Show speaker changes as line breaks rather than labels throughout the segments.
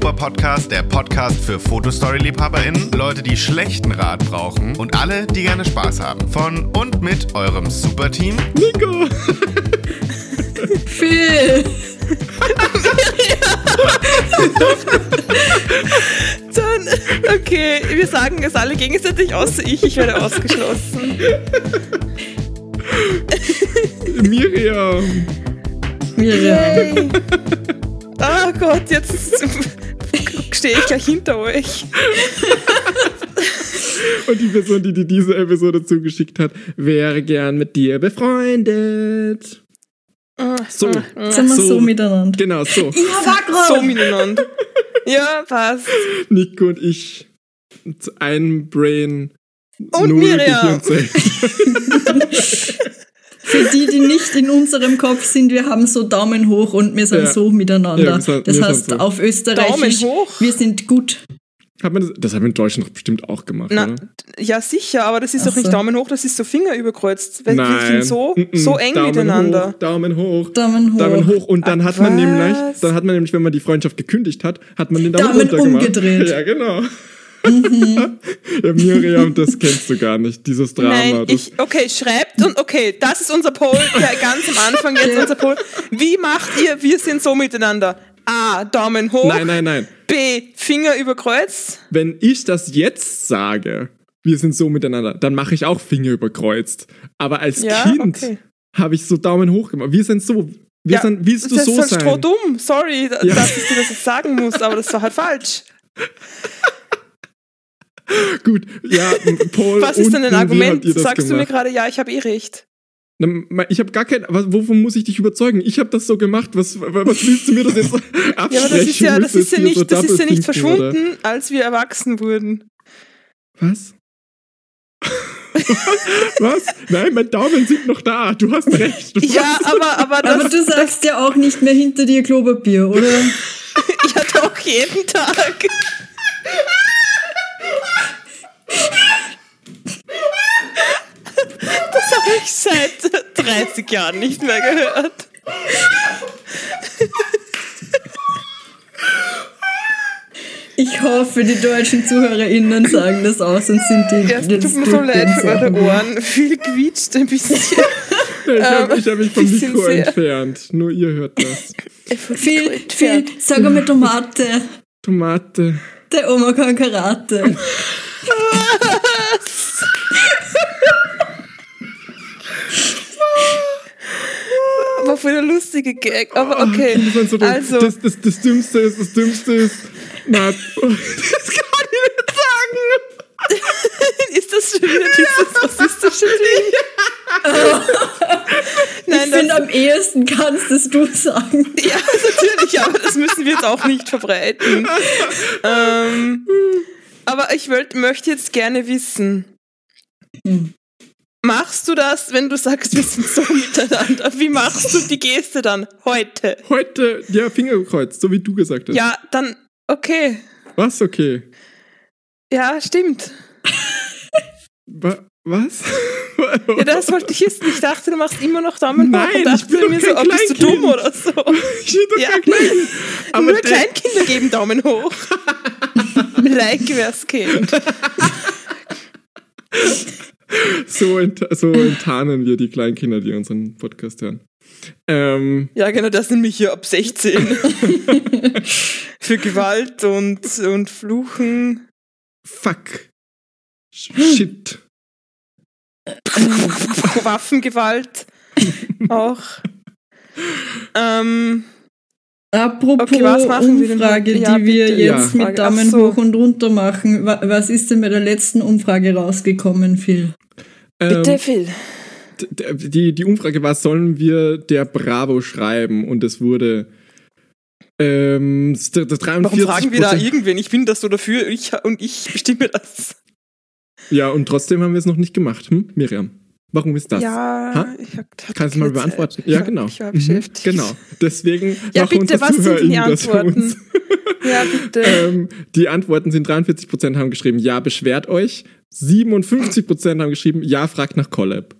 Podcast, der Podcast für Fotostory-LiebhaberInnen, Leute, die schlechten Rat brauchen und alle, die gerne Spaß haben. Von und mit eurem Superteam
Nico!
Phil! Dann, okay, wir sagen es alle gegenseitig, außer ich. Ich werde ausgeschlossen.
Miriam!
Miriam.
Yay. Oh Gott, jetzt stehe ich gleich hinter euch.
Und die Person, die dir diese Episode zugeschickt hat, wäre gern mit dir befreundet.
Ah,
So,
Sind wir so,
So.
miteinander?
genau so.
So miteinander. Ja, passt.
Nico und ich. zu einem Brain.
Und
nur
Miriam.
dich und Seth.
Für die, die nicht in unserem Kopf sind, wir haben so Daumen hoch und wir sind
Ja.
so miteinander.
Ja, wir sind-
das
wir
heißt,
sind so.
auf Österreichisch,
Daumen hoch?
wir sind gut.
Hat man das, das haben wir in Deutschland bestimmt auch gemacht,
Na,
oder?
ja, sicher, aber das ist doch
Ach
nicht
so.
Daumen hoch, das ist so Finger überkreuzt. Weil Äh, die sind so,
Mm-mm.
so eng
Daumen
miteinander.
Hoch, Daumen hoch.
Daumen hoch.
Daumen hoch. Und dann hat man
was?
nämlich, dann hat man nämlich, wenn man die Freundschaft gekündigt hat, hat man den Daumen,
Daumen
runter gemacht.
umgedreht. Mhm.
Ja, genau. ja, Miriam, das kennst du gar nicht, dieses Drama.
Nein,
das,
ich, okay, schreibt und okay, das ist unser Poll, der ganz am Anfang jetzt unser Poll. Wie macht ihr, wir sind so miteinander? A, Daumen hoch.
nein, nein, nein.
B, Finger überkreuzt.
Wenn ich das jetzt sage, wir sind so miteinander, dann mache ich auch Finger überkreuzt. Aber als
Ja,
Kind
okay.
habe ich so Daumen hoch gemacht. Wir sind so, wir
Ja,
sind, willst du
das
so
ist
sein?
so dumm. Sorry, da-
Ja.
dass ich dir das jetzt sagen muss, aber das war halt falsch.
Gut, ja, Paul.
Was ist denn
unten,
dein
wie
Argument?
habt ihr das
Sagst du mir
gemacht?
gerade, ja, ich habe eh recht.
Na, me- Ich habe gar kein. was- Wovon muss ich dich überzeugen? Ich habe das so gemacht. Was, was willst du mir das jetzt absprechen?
Ja, aber das ist ja, das
Willst
ist
du
ja
jetzt hier
nicht, das ist ja nicht
Double-Thinking, oder?
verschwunden, als wir erwachsen wurden.
Was? was? Nein, mein Daumen sind noch da. Du hast recht. Du
Ja, aber, aber das
Aber du sagst ja auch nicht mehr hinter dir Klopapier, oder?
ich hatte auch jeden Tag. Das habe ich seit 30 Jahren nicht mehr gehört.
Ich hoffe, die deutschen ZuhörerInnen sagen das aus und sind die.
Ja, es tut mir so leid für eure Ohren. Viel quietscht ein bisschen.
ich habe hab mich vom
bisschen Ähm,
Mikro
sehr.
entfernt. Nur ihr hört das.
Viel, viel, sag einmal Tomate.
Tomate.
Der Oma kann Karate.
War für eine lustige Gag. Aber okay.
Ah, Die sind so dumm.
Also,
Das, das, das Dümmste ist, das Dümmste ist. Na, das kann ich nicht sagen.
ist das schon wieder dieses rassistische Ding? Nein,
Ich
das,
finde, am ehesten kannst es du sagen.
Ja, natürlich, aber das müssen wir jetzt auch nicht verbreiten. ähm, aber ich wollt, möchte jetzt gerne wissen.
Hm.
Machst du das, wenn du sagst, wir sind so miteinander? Wie machst du die Geste dann heute?
Heute, ja, Finger gekreuzt, so wie du gesagt hast.
Ja, dann okay.
Was? Okay.
Ja, stimmt.
Wa was?
Ja, das wollte ich jetzt nicht. Ich dachte, du machst immer noch Daumen hoch
Nein,
und dachte
ich bin doch
mir so,
kein
oh, bist du dumm
Kleinkind.
oder so.
ich bin doch
Ja.
kein Kleinkind. Aber
Nur
der-
Kleinkinder geben Daumen hoch. like wär's Kind.
So, ent so enttarnen wir die Kleinkinder, die unseren Podcast hören. Ähm,
Ja, genau, das sind mich hier ab 16. Für Gewalt und, und Fluchen.
fuck. Sh shit.
Waffengewalt auch. Ähm,
Apropos
Okay, was machen wir denn
Umfrage,
heute? Ja,
die wir
bitte.
jetzt
Ja.
mit Daumen
Ach so.
hoch und runter machen. Wa- Was ist denn bei der letzten Umfrage rausgekommen, Phil?
Ähm,
Phil.
d- d- die, die Umfrage war, sollen wir der Bravo schreiben? Und es wurde ähm, s- d- d- 43
Warum fragen wir da
Prozent-
irgendwen? Ich bin das so dafür ich, und ich bestimme das.
Ja, und trotzdem haben wir es noch nicht gemacht, hm? Miriam. Warum ist das? Ha?
ich hab, hab
Kannst du mal
keine Zeit.
beantworten? Ja,
hab-
genau.
äh, Ich war
Mhm,
beschäftigt.
Genau. Deswegen
Ja,
machen
bitte,
unsere
was sind denn die
ZuhörerInnen das für
Antworten?
uns.
Ja, bitte.
Ähm, die Antworten sind 43% haben geschrieben, ja, beschwert euch. 57% haben geschrieben, ja, fragt nach Collab.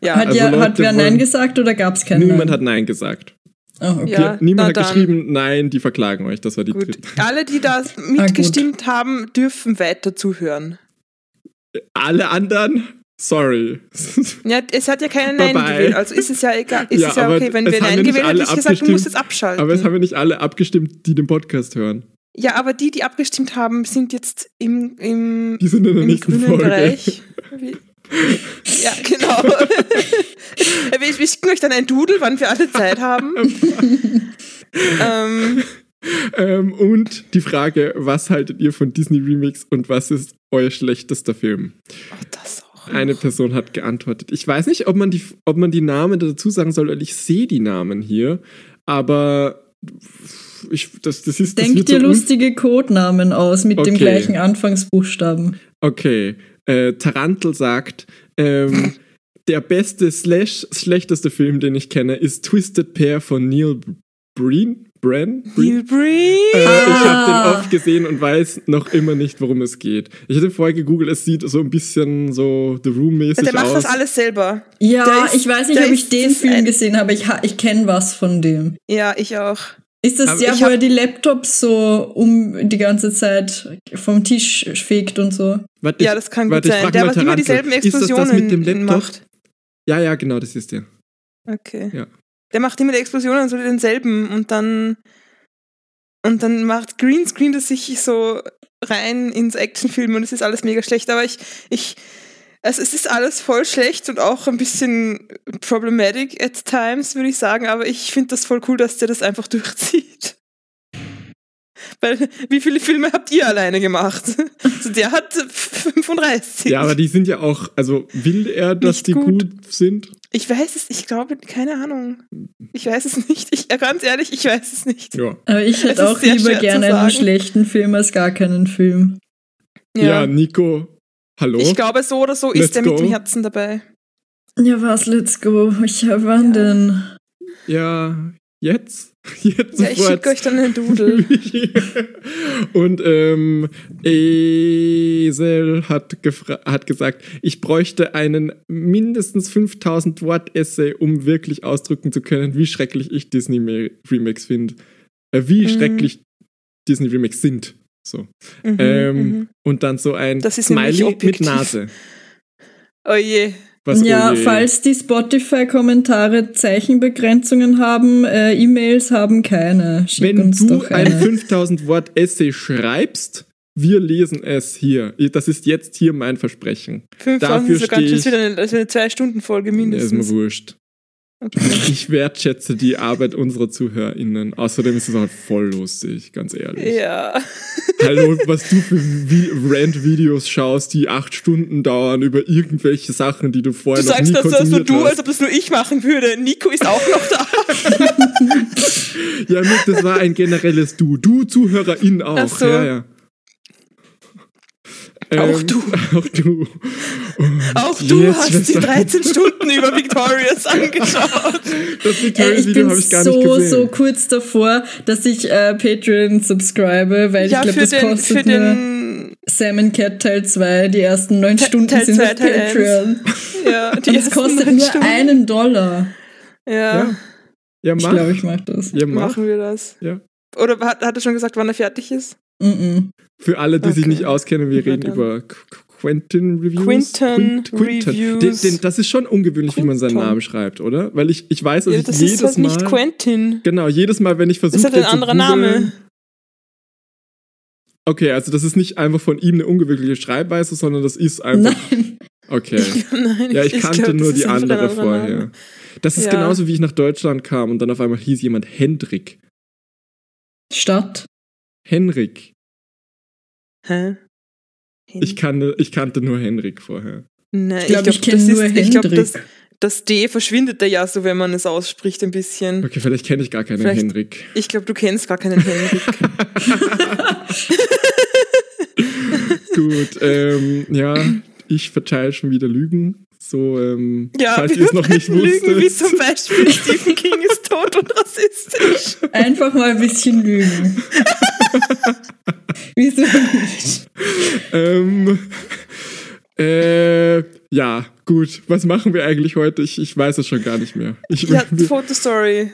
Ja,
Hat,
also
ja,
Leute
hat wer
wollen-
Nein gesagt oder gab es keinen
Niemand
Nein?
hat Nein gesagt.
Ah, okay.
Ja,
Niemand
na
hat
dann.
geschrieben, nein, die verklagen euch. Das war die
Gut.
dritte.
Alle, die
Ah,
da mitgestimmt haben, dürfen weiter zuhören.
Alle anderen, sorry.
Ja, es hat ja keiner
Bye
Nein
bye.
gewählt, also ist es ja egal. Ist
Ja,
es ja
aber
okay, wenn
es
wir
haben ja
Nein
nicht
gewählt hätte
alle
ich gesagt, du musst
abgestimmt,
jetzt abschalten.
Aber es haben wir nicht alle abgestimmt, die den Podcast hören.
ja, aber die, die abgestimmt haben, sind jetzt im, im,
Die sind in der
im
nächsten
grünen
Folge.
Bereich. Wie- Ja, genau. wir, wir schicken euch dann ein Doodle, wann wir alle Zeit haben. ähm,
Ähm, und die Frage, was haltet ihr von Disney Remix und was ist euer schlechtester Film?
oh, das auch.
Eine Person hat geantwortet. Ich weiß nicht, ob man die, ob man die Namen dazu sagen soll, weil ich sehe die Namen hier, aber ich, das, das ist das
Denk
wird
dir
so un-
lustige Codenamen aus mit dem
Okay.
gleichen Anfangsbuchstaben.
Okay. Äh, Tarantel sagt, ähm, der beste slash schlechteste Film, den ich kenne, ist Twisted Pair von Neil Breen. Bren? Breen?
Neil Breen.
Äh, Ich habe
Ah.
den oft gesehen und weiß noch immer nicht, worum es geht. Ich hatte vorher gegoogelt, es sieht so ein bisschen so The Room-mäßig
Der macht
aus.
das alles selber.
Ja,
Da ist-
ich weiß nicht,
da
ob ich
ist
den
das
Film
ein-
gesehen habe. Ich, ha- ich kenne was von dem.
Ja, ich auch.
Ist das
Aber
der,
ich
wo
hab-
er die Laptops so um die ganze Zeit vom Tisch fegt und so?
Warte,
ja,
ich-
das kann
warte,
gut
ich
sein.
frag
Der
mal
macht immer
Tarantel.
dieselben
Ist das das mit dem
Explosionen
Laptop?
macht.
Ja, ja, genau, das ist der.
Okay.
Ja.
Der macht immer die Explosionen so denselben und dann und dann macht Greenscreen das sich so rein ins Actionfilm und es ist alles mega schlecht, aber ich ich also es ist alles voll schlecht und auch ein bisschen problematic at times, würde ich sagen, aber ich finde das voll cool, dass der das einfach durchzieht. Weil, wie viele Filme habt ihr alleine gemacht? Also der hat 35.
Ja, aber die sind ja auch, also will er, dass
Nicht
die
gut.
gut sind?
Ich weiß es, ich glaube, keine Ahnung. Ich weiß es nicht. Ich, ganz ehrlich, ich weiß es nicht.
Ja.
Aber ich
Es
hätte
ist
auch
sehr
lieber
schwer zu
gerne einen
sagen.
schlechten Film als gar keinen Film.
Ja, Nico, hallo?
Ich glaube, so oder so ist
Let's
er
go.
mit dem Herzen dabei.
Ja, was, let's go. Ich, wann denn?
Ja, jetzt? Jetzt
Ja, ich schicke euch dann einen Doodle.
Und ähm, Esel hat, gefra- hat gesagt, ich bräuchte einen mindestens 5000 Wort Essay, um wirklich ausdrücken zu können, wie schrecklich ich Disney Me- Remix finde. Äh, wie
Mhm.
schrecklich Disney Remix sind. So.
Mhm,
ähm,
mhm.
Und dann so ein
Das ist nämlich
Smiley mit
objektiv.
Nase.
Oh je.
Was
ja,
oje.
falls die Spotify-Kommentare Zeichenbegrenzungen haben, äh, E-Mails haben keine. Schick
Wenn
uns
du
doch
ein
eine.
5000 Wort Essay schreibst, wir lesen es hier. Das ist jetzt hier mein Versprechen.
Fünf
Dafür
Stunden ist ja ganz
stehe
schön
ich-
wieder eine, also eine Zwei-Stunden-Folge
Ja, Ist mir
mindestens.
wurscht. Ich wertschätze die Arbeit unserer ZuhörerInnen. Außerdem ist es halt voll lustig, ganz ehrlich.
Ja.
Hallo, was du für Vi- Rant-Videos schaust, die acht Stunden dauern über irgendwelche Sachen, die du
Du
vorher noch nie
sagst, dass das nur
konsumiert
du, also als
hast.
ob das nur ich machen würde. Nico ist auch noch da.
Ja, Nick, das war ein generelles Du. Du, ZuhörerInnen auch.
Ach so.
Ja, ja.
Auch
Ähm,
du.
Auch du.
Auch du
Jetzt,
hast die
Schwester.
13 Stunden über Victorious angeschaut.
Das
Ey, ich
Victorious-Video
bin
habe ich gar nicht
so,
gesehen.
so kurz davor, dass ich äh, Patreon subscribe, weil
ja,
ich glaube,
für
das
den,
kostet
für
nur
den,
Sam and Cat Teil 2, die ersten neun
Te-
Stunden
Teil
sind
zwei,
auf
Teil eins.
Patreon.
ja, die
Und es
ersten
kostet
drei
nur
Stunden.
einen Dollar.
Ja.
Ja, ja,
Ich
mach.
glaube, ich mache das.
ja, mach.
Machen wir das.
Ja.
Oder hat, hat er schon gesagt, wann er fertig ist?
Mm
Für alle, die sich
Okay.
nicht auskennen, wir
Na
reden
dann.
über Qu- Qu- Quentin Reviews.
Quentin
Den,
Reviews.
den, das ist schon ungewöhnlich, wie man seinen
Quentin.
Namen schreibt, oder? Weil ich, ich weiß, dass
Ja,
ich
das
jedes
ist halt
Mal.
nicht Quentin.
Genau, jedes Mal, wenn ich versuche.
Das ist halt
den
ein
zu
anderer
googeln-
Name.
Okay, also das ist nicht einfach von ihm eine ungewöhnliche Schreibweise, sondern das ist
-mm.
einfach.
Nein.
Okay.
Nein,
Ja, ich, kannte
glaub,
nur
das
die
ist einfach ein
andere
anderer Name.
vorher. Das ist
Ja.
genauso, wie ich nach Deutschland kam und dann auf einmal hieß jemand Hendrik.
Stadt.
Henrik.
Hä?
Ich kannte, ich kannte nur Henrik vorher.
Nein,
Ich glaube, ich,
ne, glaub,
kenne
das
nur
ist-
Hendrik.
Ich glaube, das, das D verschwindet da ja so, wenn man es ausspricht ein bisschen.
Okay, vielleicht kenne ich gar keinen
Vielleicht-
Henrik.
Ich glaube, du kennst gar keinen Henrik.
Gut, ähm, ja, ich verteile schon wieder Lügen. So, ähm,
Ja,
falls
wir
ihr es noch nicht
verbreiten Lügen wie zum
wusstet.
Beispiel Stephen King ist tot und rassistisch.
Einfach mal ein bisschen lügen. Wieso nicht?
Ähm, äh, ja, gut. Was machen wir eigentlich heute? Ich, ich weiß es schon gar nicht mehr. Ich,
Ja,
wir,
Fotostory.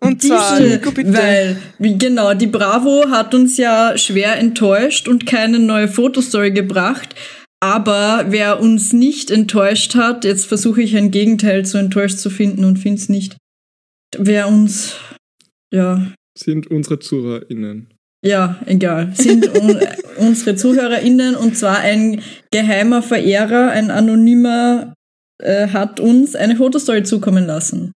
Und zwar,
Diesel,
Nico, bitte.
Weil, wie- genau, die Bravo hat uns ja schwer enttäuscht und keine neue Fotostory gebracht. Aber wer uns nicht enttäuscht hat, jetzt versuche ich ein Gegenteil zu enttäuscht zu finden und finde es nicht. Wer uns, ja,
Sind unsere ZuhörerInnen.
ja, egal, sind un unsere ZuhörerInnen und zwar ein geheimer Verehrer, ein anonymer, äh, hat uns eine Fotostory zukommen lassen.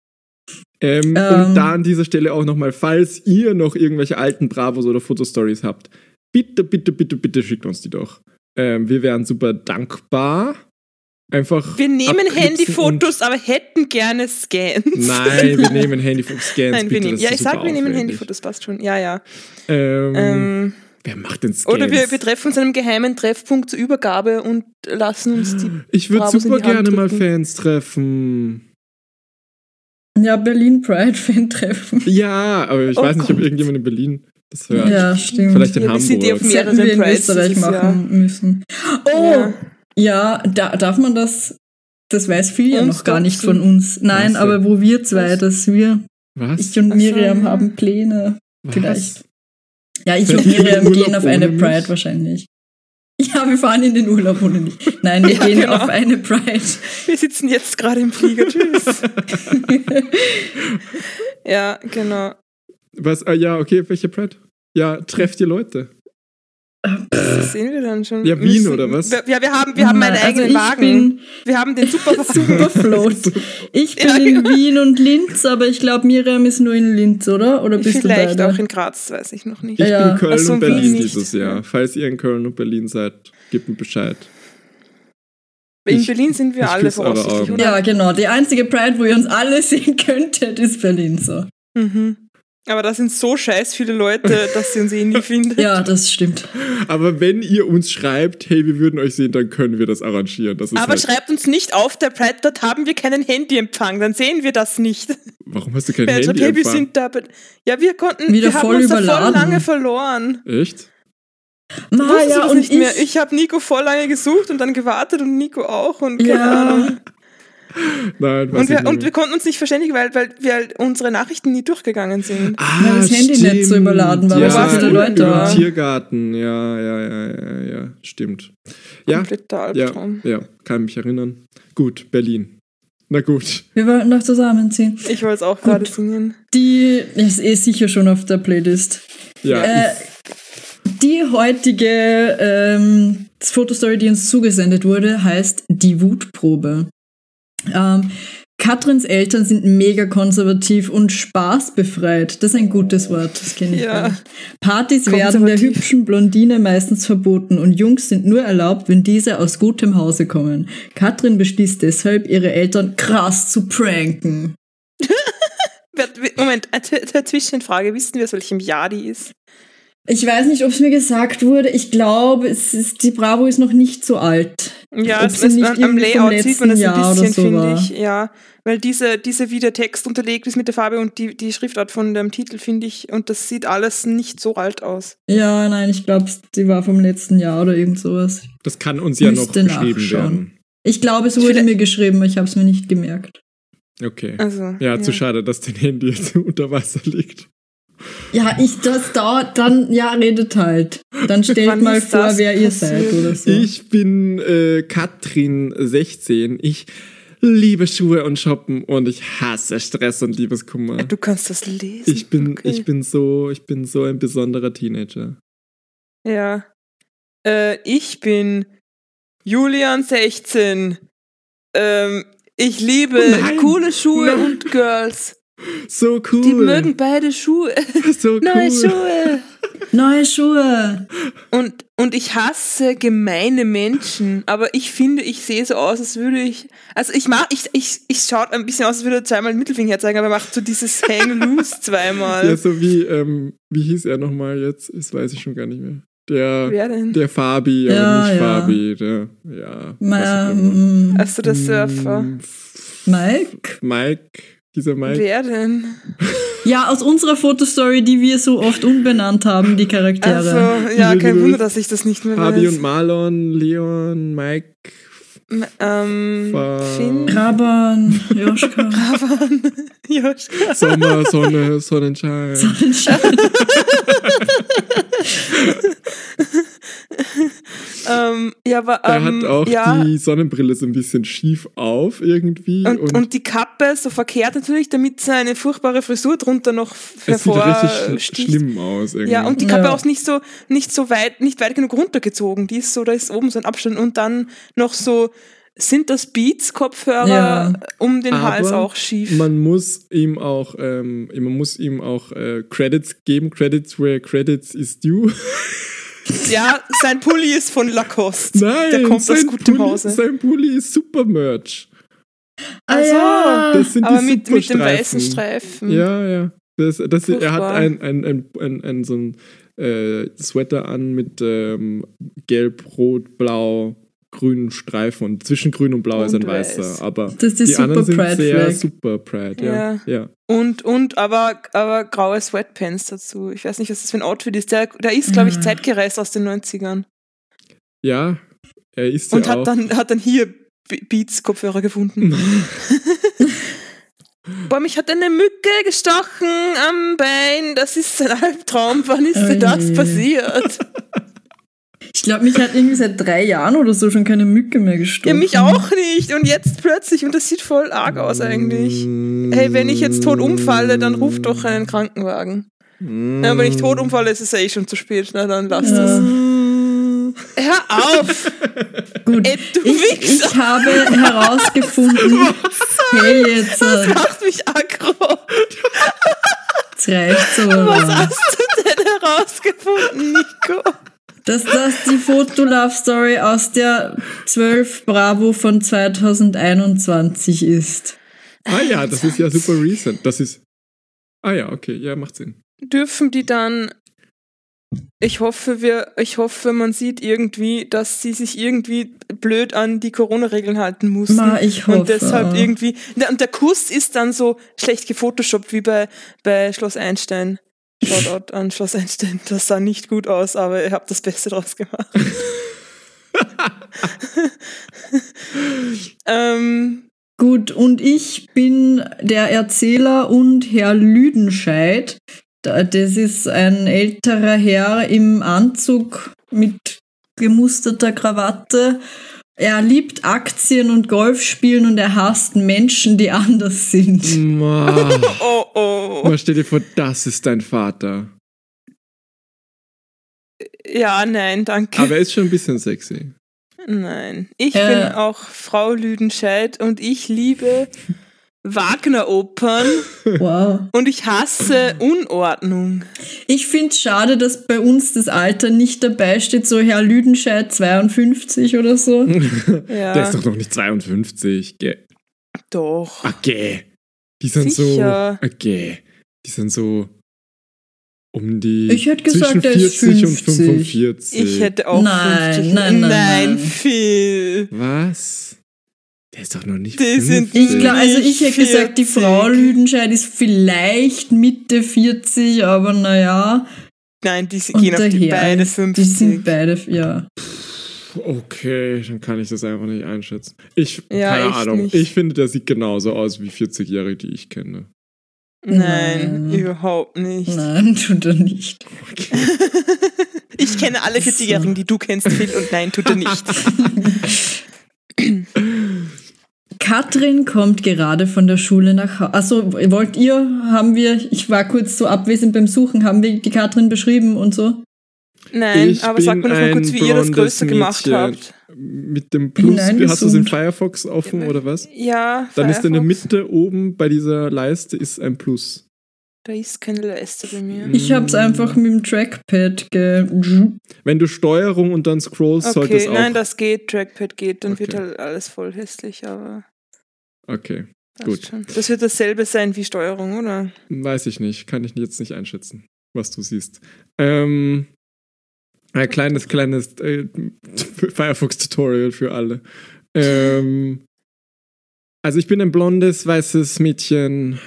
Ähm, und
Ähm.
da an dieser Stelle auch nochmal, falls ihr noch irgendwelche alten Bravos oder Fotostories habt, bitte, bitte, bitte, bitte schickt uns die doch. Ähm, wir wären super dankbar. Einfach.
wir nehmen
abknipsen
Handyfotos, aber hätten gerne Scans.
und- Nein, wir nehmen Handyfotos-Scans.
Nein, wir
bitte,
nehmen.
das
Ja,
ist
ich sag,
super
wir nehmen
aufwendig.
Handyfotos, passt schon. Ja, ja.
Ähm,
Ähm,
wer macht denn Scans?
oder wir, wir treffen uns an einem geheimen Treffpunkt zur Übergabe und lassen uns die.
ich würde
Bravos in
super
die Hand
gerne mal
drücken.
Fans treffen.
Ja, Berlin Pride Fan-Treffen.
Ja, aber ich
Oh
weiß nicht, ob
Gott.
irgendjemand in Berlin das hört.
Ja, stimmt.
Vielleicht in
Ja, wir
Hamburg.
sind die auf dem-
hätten wir in
Prides
Österreich
dieses
machen
Jahr.
müssen. Oh, ja, da, darf man das? Das weiß viel ja
Uns
noch gar nicht
duzen.
von uns. Nein,
Was
aber
denn?
wo wir zwei, dass wir,
Was?
ich und
Ach so,
Miriam,
ja.
haben Pläne.
Was?
vielleicht. Ja, ich
Seid
und
ihr in
Miriam
Urlaub
gehen auf
ohne
eine
mich?
Pride wahrscheinlich. Ja, wir fahren in den Urlaub ohne mich. Nein, wir
Ja,
gehen
genau.
auf eine Pride.
Wir sitzen jetzt gerade im Flieger. Tschüss. ja, genau.
Was? Ah, ja, okay, welche Brad? Ja, trefft ihr Leute.
Was sehen wir dann schon?
Ja,
Wir
Wien oder was?
Wir- Ja, wir haben, wir haben einen
Also
eigenen
ich
Wagen.
Bin,
wir haben den Superwagen.
Superfloat. Ich bin
Ja,
in Wien und Linz, aber ich glaube, Miriam ist nur in Linz, oder? Oder bist
Vielleicht
du beide?
auch in Graz, weiß ich noch nicht.
Ich
Ja.
bin Köln
Ach so,
und Berlin
Wien nicht.
dieses Jahr. Falls ihr in Köln und Berlin seid, gebt mir Bescheid.
In
ich-
Berlin sind wir
ich
alle
küsse eure
voraussichtlich,
Augen.
oder?
ja, genau. Die einzige Pride, wo ihr uns alle sehen könntet, ist Berlin so.
Mhm. Aber da sind so scheiß viele Leute, dass sie uns eh nie finden.
Ja, das stimmt.
Aber wenn ihr uns schreibt, hey, wir würden euch sehen, dann können wir das arrangieren. Das ist
Aber
halt,
schreibt uns nicht auf, der Pride, dort haben wir keinen Handyempfang, dann sehen wir das nicht.
Warum hast du kein
Wer schreibt,
Handy?
hey, wir
empfangen?
sind da. aber- Ja, wir konnten,
Wieder
wir haben
voll
uns da voll
überladen.
lange verloren.
Echt?
Ah,
Wusstest du
ja,
das
und
nicht
ich,
mehr. Ich habe Nico voll lange gesucht und dann gewartet und Nico auch und keine Ahnung.
ja,
Nein, weiß
Und
ich
wir,
nicht
und
mehr.
wir konnten uns nicht verständigen, weil, weil wir halt unsere Nachrichten nie durchgegangen sind.
Ah,
Weil das Handy
stimmt.
nicht so überladen war,
ja,
weil so viele
im-
Leute
im
waren.
Tiergarten, ja, ja, ja, ja, ja, stimmt. Ja,
Kompletter
ja,
Albtraum.
ja, kann mich erinnern. Gut, Berlin. Na gut.
wir wollten noch zusammenziehen.
Ich wollte es auch
Gut.
gerade singen.
Die ist eh sicher schon auf der Playlist.
Ja,
Äh, die heutige ähm, Fotostory, die uns zugesendet wurde, heißt Die Wutprobe. Ähm, Katrins Eltern sind mega konservativ und spaßbefreit. Das ist ein gutes Wort, das kenne ich
Ja.
gar nicht. Partys werden der
Konservativ.
hübschen Blondine meistens verboten und Jungs sind nur erlaubt, wenn diese aus gutem Hause kommen. Katrin beschließt deshalb, ihre Eltern krass zu pranken.
Wer- wer- Moment, äh, t- t- Zwischenfrage. Wissen wir, aus welchem Jahr die ist?
Ich weiß nicht, ob es mir gesagt wurde. Ich glaube, es ist, die Bravo ist noch nicht so alt.
Ja,
Ob
es
sie
ist,
nicht
am- am
irgendwie vom
Layout sieht man das
letzten Jahr
ein
oder
bisschen,
so
finde
war.
ich. Ja, weil diese, diese, wie der Text unterlegt ist mit der Farbe und die, die Schriftart von dem Titel, finde ich, und das sieht alles nicht so alt aus.
Ja, nein, ich glaube, die war vom letzten Jahr oder irgend sowas.
das kann uns ja noch
müsste
geschrieben
nachschauen.
werden.
Ich glaube, es wurde
Vielleicht-
mir geschrieben, aber ich habe es mir nicht gemerkt.
Okay.
Also,
Ja, zu schade, dass dein Handy jetzt unter Wasser liegt.
Ja, ich, das dauert dann, ja, redet halt. Dann
Wann
stellt mal
ist
vor,
das
wer ihr
passiert?
seid oder so.
Ich bin äh, Katrin 16. Ich liebe Schuhe und Shoppen und ich hasse Stress und Liebeskummer.
Äh, Du kannst das lesen.
Ich bin,
Okay.
ich bin so, ich bin so ein besonderer Teenager.
Ja. Äh, ich bin Julian 16. Ähm, ich liebe
Oh nein.
coole Schuhe
Nein.
und Girls.
So cool.
Die mögen beide Schuhe.
so cool.
Neue Schuhe.
Neue Schuhe.
Und, und ich hasse gemeine Menschen, aber ich finde, ich sehe so aus, als würde ich. Also ich mach, ich, ich, ich schaut ein bisschen aus, als würde er zweimal den Mittelfinger zeigen, aber er macht so dieses Hang loose zweimal.
Ja, so wie, ähm, wie hieß er nochmal jetzt? Das weiß ich schon gar nicht mehr. Der,
Wer denn?
der Fabi,
Ja,
aber nicht
ja.
Fabi. Der, ja.
Ma
was auch immer.
ähm,
Also der Surfer.
Mm,
Mike?
Mike, dieser Mike.
Wer denn?
Ja, aus unserer Fotostory, die wir so oft umbenannt haben, die Charaktere.
Also, ja, kein Wunder, dass ich das nicht mehr
Fabi
weiß.
und Marlon, Leon, Mike,
M- Ähm,
Fa-
Finn,
Raban, Joschka.
Ravan, Joschka.
Sommer, Sonne, Sonnenschein.
Ähm, ja, aber
Er
ähm,
hat auch
ja,
die Sonnenbrille so ein bisschen schief auf irgendwie.
und, und, die Kappe so verkehrt natürlich, damit seine furchtbare Frisur drunter noch
es sieht
hervorsticht.
richtig sch- schlimm aus. Irgendwie.
Ja, und die Kappe
Ja.
auch nicht so, nicht so weit, nicht weit genug runtergezogen. Die ist so, da ist oben so ein Abstand und dann noch so, sind das Beats-Kopfhörer
Ja.
um den
Aber
Hals auch schief.
man muss ihm auch, ähm, man muss ihm auch äh, Credits geben. Credits where credits is due.
ja, sein Pulli ist von Lacoste.
Nein,
Der kommt aus
sein
gutem
Pulli-
Hause.
Sein Pulli ist super Merch.
Ah, ja.
Das sind
Aber
die
mit, mit dem
Superstreifen.
weißen Streifen.
Ja, ja. Das, das, er hat
Hm. Furchtbar.
ein, ein, ein, ein, ein, so ein äh, Sweater an mit ähm, gelb, rot, blau, grünen Streifen. Und zwischen grün und blau ist ein
Und weiß.
weißer. Aber
Das ist die,
die
Super
anderen sind
Pride
sehr
Flag.
super Pride. Ja, ja.
Und, und aber, aber graue Sweatpants dazu. Ich weiß nicht, was das für ein Outfit ist. Der, der ist, glaube ich,
Mhm.
zeitgereist aus den 90ern.
ja. er ist
Und
ja auch.
hat dann, hat dann hier Be- Beats-Kopfhörer gefunden. Boah, mich hat eine Mücke gestochen am Bein. Das ist ein Albtraum. Wann
Oh
ist denn das
Oje.
passiert?
Ich glaube, mich hat irgendwie seit drei Jahren oder so schon keine Mücke mehr gestochen.
Ja, mich auch nicht. Und jetzt plötzlich. Und das sieht voll arg aus eigentlich. Hey, wenn ich jetzt tot umfalle, dann ruft doch einen Krankenwagen. Na, wenn ich tot umfalle, ist es ja eh schon zu spät. Na, dann lass
Ja.
das. Hör auf!
Gut.
Ey, du
Ich,
Wichser!
ich habe herausgefunden, hey, jetzt, äh,
macht mich aggro.
jetzt reicht's aber,
Hast du denn herausgefunden, Nico?
dass das die Foto-Love-Story aus der 12 Bravo von 2021 ist.
Ah ja, das ist ja super recent. Das ist. Ah ja, okay, ja, macht Sinn.
Dürfen die dann. Ich hoffe, wir, ich hoffe, man sieht irgendwie, dass sie sich irgendwie blöd an die Corona-Regeln halten mussten.
Ma, ich
Und
hoffe.
deshalb irgendwie. Na, Und der Kuss ist dann so schlecht gefotoshoppt wie bei, bei Schloss Einstein. Shoutout an Schloss Einstein. Das sah nicht gut aus, aber ihr habt das Beste draus gemacht. ähm,
Gut, und ich bin der Erzähler und Herr Lüdenscheid. Da- Das ist ein älterer Herr im Anzug mit gemusterter Krawatte. Er liebt Aktien und Golfspielen und er hasst Menschen, die anders sind.
Mhm. Ma,
oh, oh.
Ma, stell dir vor, das ist dein Vater.
Ja, nein, danke.
Aber er ist schon ein bisschen sexy.
nein. Ich
Äh.
bin auch Frau Lüdenscheid und ich liebe Wagner-Opern
Wow.
und ich hasse Unordnung.
Ich finde es schade, dass bei uns das Alter nicht dabei steht, so Herr Lüdenscheid 52 oder so.
Ja,
Der ist doch noch nicht 52. Gell?
doch.
Okay. Die sind
Sicher.
so. Okay. Die sind so. Um die.
Ich hätte gesagt,
zwischen
der ist
40 und
50.
45.
Ich hätte auch
Nein,
50.
nein, nein, nein.
Phil.
Was? Der ist doch noch nicht.
Die sind-
50.
Ich glaube, also ich hätte gesagt, die
40.
Frau Lüdenscheid ist vielleicht Mitte 40, aber naja.
Nein, die sind-
Und
gehen
der
auf die
Herr,
beide
die sind
50.
beide, ja.
Okay, dann kann ich das einfach nicht einschätzen. Ich.
Ja,
keine
ich
Ahnung.
nicht.
Ich finde, der sieht genauso aus wie 40-Jährige, die ich kenne.
Nein,
Nein.
überhaupt nicht.
Nein, tut er nicht.
Okay.
Ich kenne alle 40-Jährigen, die du kennst, Phil, und nein, tut er nicht.
Katrin kommt gerade von der Schule nach Hause. Also wollt ihr, haben wir, ich war kurz so abwesend beim Suchen, haben wir die Katrin beschrieben und so?
Nein,
Ich
aber sag
bin
mir doch mal kurz,
ein
wie ihr das
blondes
größte gemacht
Mädchen.
habt.
Mit dem Plus.
Nein, wir
hast du es in
sind-
Firefox offen
Ja,
oder was?
Ja,
Dann ist in der
Firefox.
Mitte oben bei dieser Leiste ist ein Plus.
Da ist keine Leiste bei mir.
Ich hab's einfach mit dem Trackpad ge...
Wenn du Steuerung und dann scrollst, sollte es
Okay,
auch.
nein, das geht, Trackpad geht, dann wird
Okay.
halt alles voll hässlich, aber
okay,
passt
Gut.
schon. Das wird dasselbe sein wie Steuerung, oder?
weiß ich nicht. Kann ich jetzt nicht einschätzen, was du siehst. Ähm, ein kleines, kleines äh, Firefox-Tutorial für alle. Ähm, also ich bin ein blondes, weißes Mädchen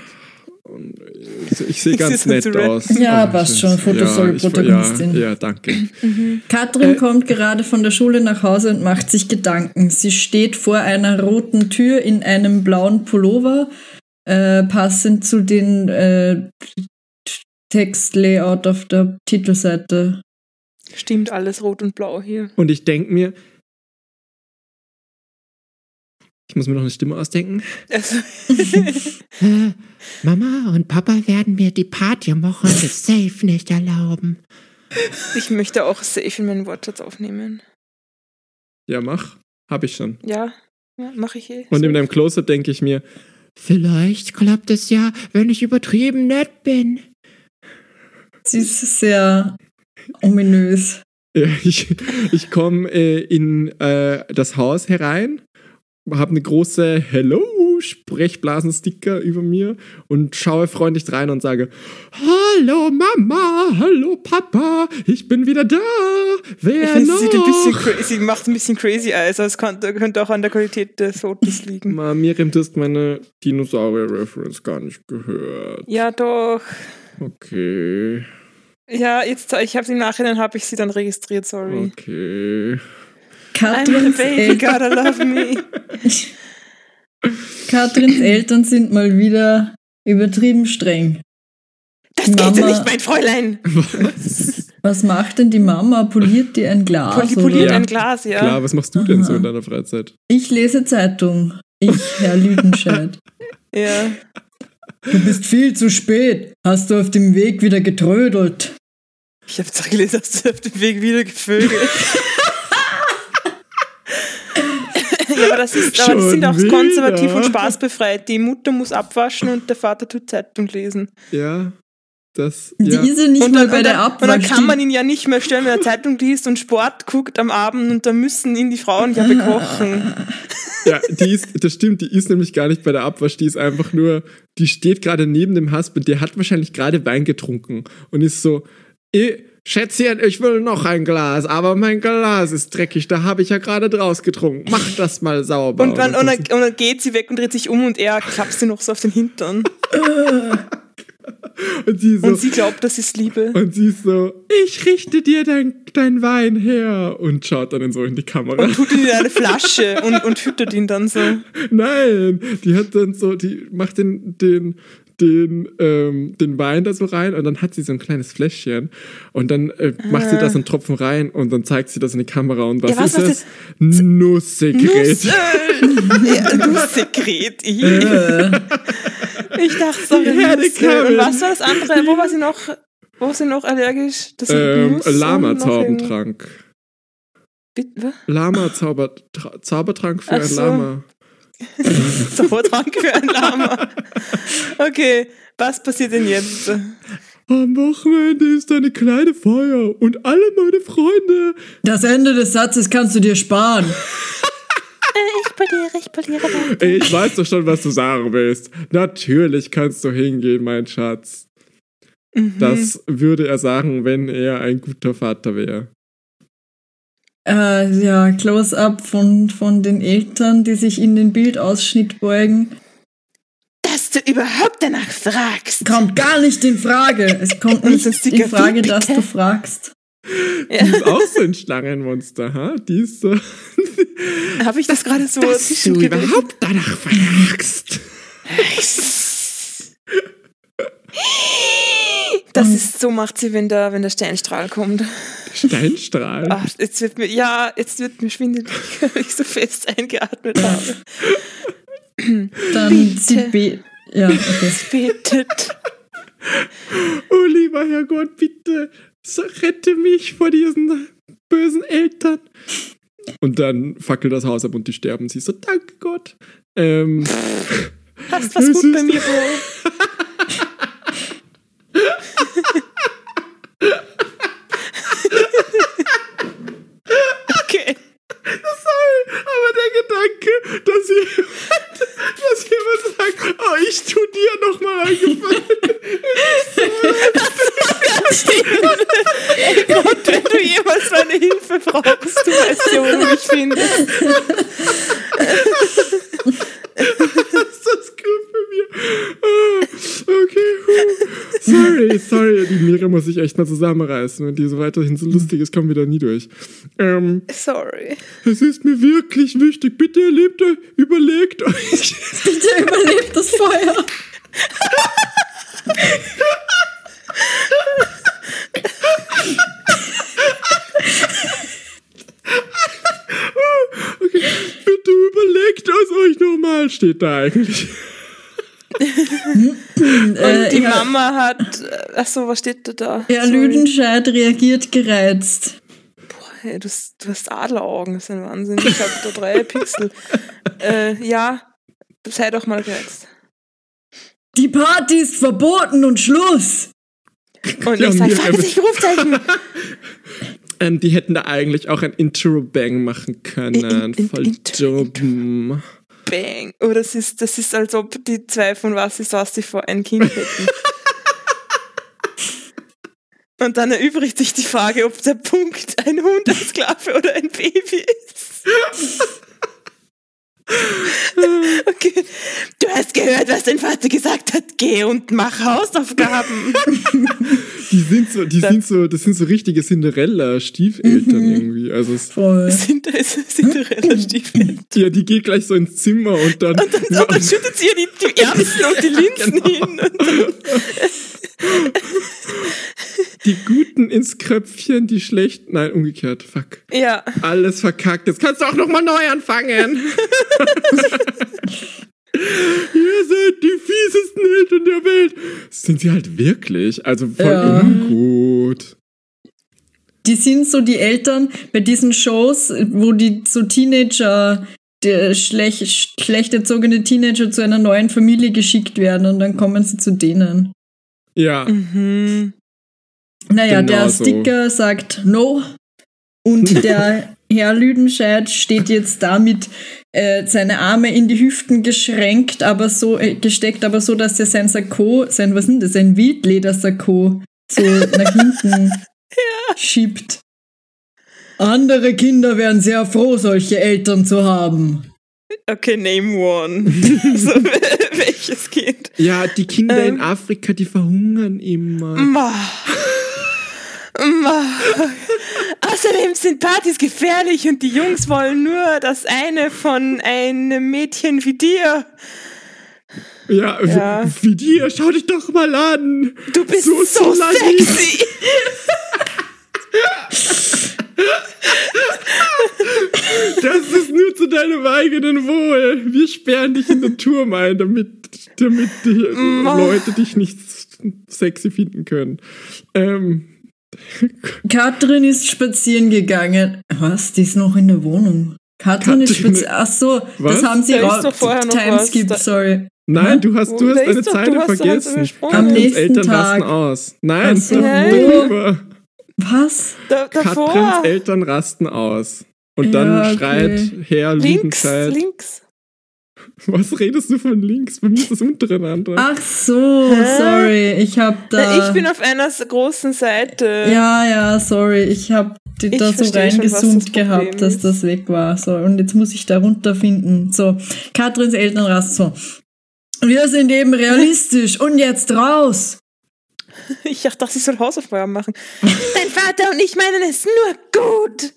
Ich sehe ganz
sehe
nett
so red.
aus.
Ja,
Also,
passt
ich-
schon. Fotos soll
ich-
Protagonistin.
Ja, ja, danke.
Katrin
Äh.
kommt gerade von der Schule nach Hause und macht sich Gedanken. Sie steht vor einer roten Tür in einem blauen Pullover, äh, passend zu den äh, Textlayout auf der Titelseite.
Stimmt alles rot und blau hier.
Und ich denke mir, ich muss mir noch eine Stimme ausdenken.
Also,
Äh, Mama und Papa werden mir die Party am Wochenende safe nicht erlauben.
ich möchte auch safe in meinen Wortschatz aufnehmen.
Ja, mach. Hab ich schon.
Ja, ja mache ich eh.
Und in deinem Close-Up denke ich mir,
Vielleicht klappt es ja, wenn ich übertrieben nett bin.
Sie ist sehr ominös.
Ja, Ich, ich komme äh, in äh, das Haus herein, habe eine große Hello-Sprechblasensticker über mir und schaue freundlich rein und sage: Hallo Mama, hallo Papa, ich bin wieder da.
Ich
Wer
finde, sie sieht ein bisschen
noch?
crazy, sie macht ein bisschen crazy eyes, also es könnte, könnte auch an der Qualität des Fotos liegen.
Ma, Miriam, du hast meine Dinosaurier-Reference gar nicht gehört.
Ja, doch.
Okay,
Ja, jetzt, ich habe sie im Nachhinein, habe ich sie dann registriert, sorry.
okay.
I'm a
Katrins,
baby,
El
gotta love me.
Katrins Eltern sind mal wieder übertrieben streng.
Das geht so
Mama.
nicht, mein Fräulein.
Was macht denn die Mama? Poliert die ein Glas?
Poli
oder?
poliert
Ja.
ein Glas, ja. Ah.
Klar, was machst du denn so
Aha.
in deiner Freizeit?
Ich lese Zeitung. Ich, Herr Lüdenscheid.
ja.
Du bist viel zu spät. Hast du auf dem Weg wieder getrödelt?
Ich habe zwar gelesen, dass du auf dem Weg wieder gevögelt. ja, aber das, ist, aber das
Schon
sind auch
wieder?
konservativ und spaßbefreit. Die Mutter muss abwaschen und der Vater tut Zeitung lesen.
Ja, das.
Die
Ja.
ist ja nicht
und
mal
dann,
bei
und
der
dann, und dann
Abwasch.
kann man ihn ja nicht mehr stellen, wenn er Zeitung liest und Sport guckt am Abend und dann müssen ihn die Frauen ja bekochen.
Ja, die ist, das stimmt, die ist nämlich gar nicht bei der Abwasch, die ist einfach nur, die steht gerade neben dem Husband, die hat wahrscheinlich gerade Wein getrunken und ist so, "Eh, Schätzchen, ich will noch ein Glas, aber mein Glas ist dreckig, da habe ich ja gerade draus getrunken, mach das mal sauber.
Und dann, und, dann,
das-
und dann geht sie weg und dreht sich um und er klappt sie noch so auf den Hintern.
und sie so,
Und sie glaubt, das ist Liebe.
und sie ist so, ich richte dir dein, dein Wein her und schaut dann so in die Kamera.
Und tut ihn in eine Flasche und, und schüttet ihn dann so.
Nein, die hat dann so, die macht den, den, den, ähm, den Wein da so rein und dann hat sie so ein kleines Fläschchen und dann äh, macht sie da so einen Tropfen rein und dann zeigt sie das in die Kamera und was,
Ah. Ja, was
ist
ist
das? Nusssekret.
Nussöl! ja, Nusssekret. Ich, ich dachte, sorry,
Die Herde
Nussöl. Und
kamen.
was war das andere? Wo war sie noch, wo war sie noch allergisch? Das
ähm,
Nuss und noch
Lama-Zaubentrank.
irgend- Bit-
Lama-Zaubertrank für
Ach
ein
so.
Lama.
was? Zaubertrank für ein Lama. Okay, was passiert denn jetzt?
Am Wochenende ist eine kleine Feier und alle meine Freunde.
Das Ende des Satzes kannst du dir sparen.
Ey, ich weiß doch schon, was du sagen willst. Natürlich kannst du hingehen, mein Schatz.
Mhm.
Das würde er sagen, wenn er ein guter Vater wäre.
Äh, ja, Close-up von, von den Eltern, die sich in den Bildausschnitt beugen.
Dass du überhaupt danach fragst.
Kommt gar nicht in Frage. Es kommt
Und
nicht
das
in
dicke
Frage,
Wie,
dass
bitte?
du fragst.
Ja.
Ist auch so ein Schlangenmonster, ha? Die ist so.
Habe ich das gerade so
Dass du
zwischendrin-
überhaupt danach fragst.
Das ist, so macht sie, wenn der, wenn der Sternstrahl kommt.
Steinstrahl.
Ach, jetzt wird mir, ja, jetzt wird mir schwindelig, weil ich so fest eingeatmet habe.
Dann sie be ja, okay.
Betet.
Oh, lieber Herrgott, bitte so, rette mich vor diesen bösen Eltern. Und dann fackelt das Haus ab und die sterben. Sie ist so, danke Gott. Ähm,
Hast was
Das
gut
ist-
bei mir, Bro. okay.
sorry, aber der Gedanke, dass jemand, dass jemand sagt, oh, ich tu dir nochmal einen Gefallen.
Und wenn du jemals meine Hilfe brauchst, du weißt ja, wo du mich findest.
Das ist gut für mir. Ah, okay. muss ich echt mal zusammenreißen. Wenn die so weiterhin so lustig ist, kommen wir da nie durch. Ähm,
Sorry.
es ist mir wirklich wichtig. Bitte erlebt, euch- überlegt euch.
Bitte überlebt das Feuer.
Bitte überlegt es euch nochmal, steht da eigentlich.
Äh,
Und die
ja,
Mama hat. äh, Ach so, was steht da da?
Ja,
Sorry.
Lüdenscheid reagiert gereizt.
Hey, du, hast- du hast Adleraugen, das ist ein Wahnsinn. Ich habe da drei Pixel. äh, ja, sei doch mal gereizt.
Die Party ist verboten und Schluss.
Und
Ja,
ich sage,
mir einfach-
20 Rufzeichen!
Ähm, die hätten da eigentlich auch ein Intro-Bang machen können.
In- in-
Voll
Intro-
dumm.
Bang! Oh, das ist, das ist, als ob die zwei von Was ist was die vor ein Kind hätten. Und dann erübrigt sich die Frage, ob der Punkt ein Hund, ein Sklave oder ein Baby ist. Okay. Du hast gehört, was dein Vater gesagt hat. Geh und mach Hausaufgaben.
Die sind so, die sind so, das sind so richtige Cinderella-Stiefeltern
Mhm.
irgendwie. Also es,
Voll.
sind da ist Cinderella-Stiefel.
ja, die geht gleich so ins Zimmer und dann.
Und dann, und dann schüttet sie ihr die, die Erbsen und die Linsen hin. Und dann,
die Guten ins Köpfchen, die schlechten. Nein, umgekehrt. Fuck.
ja.
Alles verkackt. Jetzt kannst du auch nochmal neu anfangen. Ihr seid die fiesesten Eltern der Welt. Sind sie halt wirklich? Also voll
Ja.
ungut.
Die sind so die Eltern bei diesen Shows, wo die so Teenager, die schlecht, schlecht erzogene Teenager zu einer neuen Familie geschickt werden und dann kommen sie zu denen.
Ja.
Mhm.
Naja,
Genau
der
so.
Sticker sagt No und der Herr Lüdenscheid steht jetzt damit äh, seine Arme in die Hüften geschränkt, aber so äh, gesteckt, aber so, dass er sein Sakko, sein was sind das, ein Wildledersakko so nach hinten schiebt. Andere Kinder wären sehr froh, solche Eltern zu haben.
Okay, name one. so, welches Kind?
Ja, die Kinder
Ähm. Mhm.
in Afrika, die verhungern immer.
Ma. Ma. Außerdem sind Partys gefährlich und die Jungs wollen nur das eine von einem Mädchen wie dir.
Ja, w-
Ja.
wie dir, schau dich doch mal an.
Du bist
So
so,
slutty.
sexy.
Das ist nur zu deinem eigenen Wohl. Wir sperren dich in den Turm ein, damit, damit die
Mm.
Leute dich nicht s- sexy finden können. Ähm,
Katrin ist spazieren gegangen. Was? Die ist noch in der Wohnung. Katrin, ist
Katrin-
spazieren. Ach so,
Was?
das haben sie
Da ist
raus.
doch vorher noch
Timeskip,
was.
sorry.
nein, du hast, du
Da ist
hast deine
doch- du
Zeile
hast doch also eins
vergessen.
übersprungen.
Am
Katrins
nächsten
Eltern rasten
Tag.
aus. Nein,
Ach so.
da-
Nein.
darüber.
Was?
Da,
Katrins
davor.
Eltern rasten aus. Und dann
Ja, okay.
schreit Herr
Links,
Lüdenscheid.
links.
Was redest du von links? Bei mir ist das
Ah,
untereinander.
Ach so,
Hä?
sorry, ich hab da.
Na, ich bin auf einer s- großen Seite.
ja, ja, sorry, ich hab die
Ich
da so
verstehe schon, was das
reingezoomt
Problem
gehabt, dass
ist.
das weg war. So, und jetzt muss ich da runterfinden. So, Katrins Elternrast, so. Wir sind eben realistisch und jetzt raus.
Ich dachte, ich soll Hausaufgaben machen. Dein Vater und ich meinen es nur gut.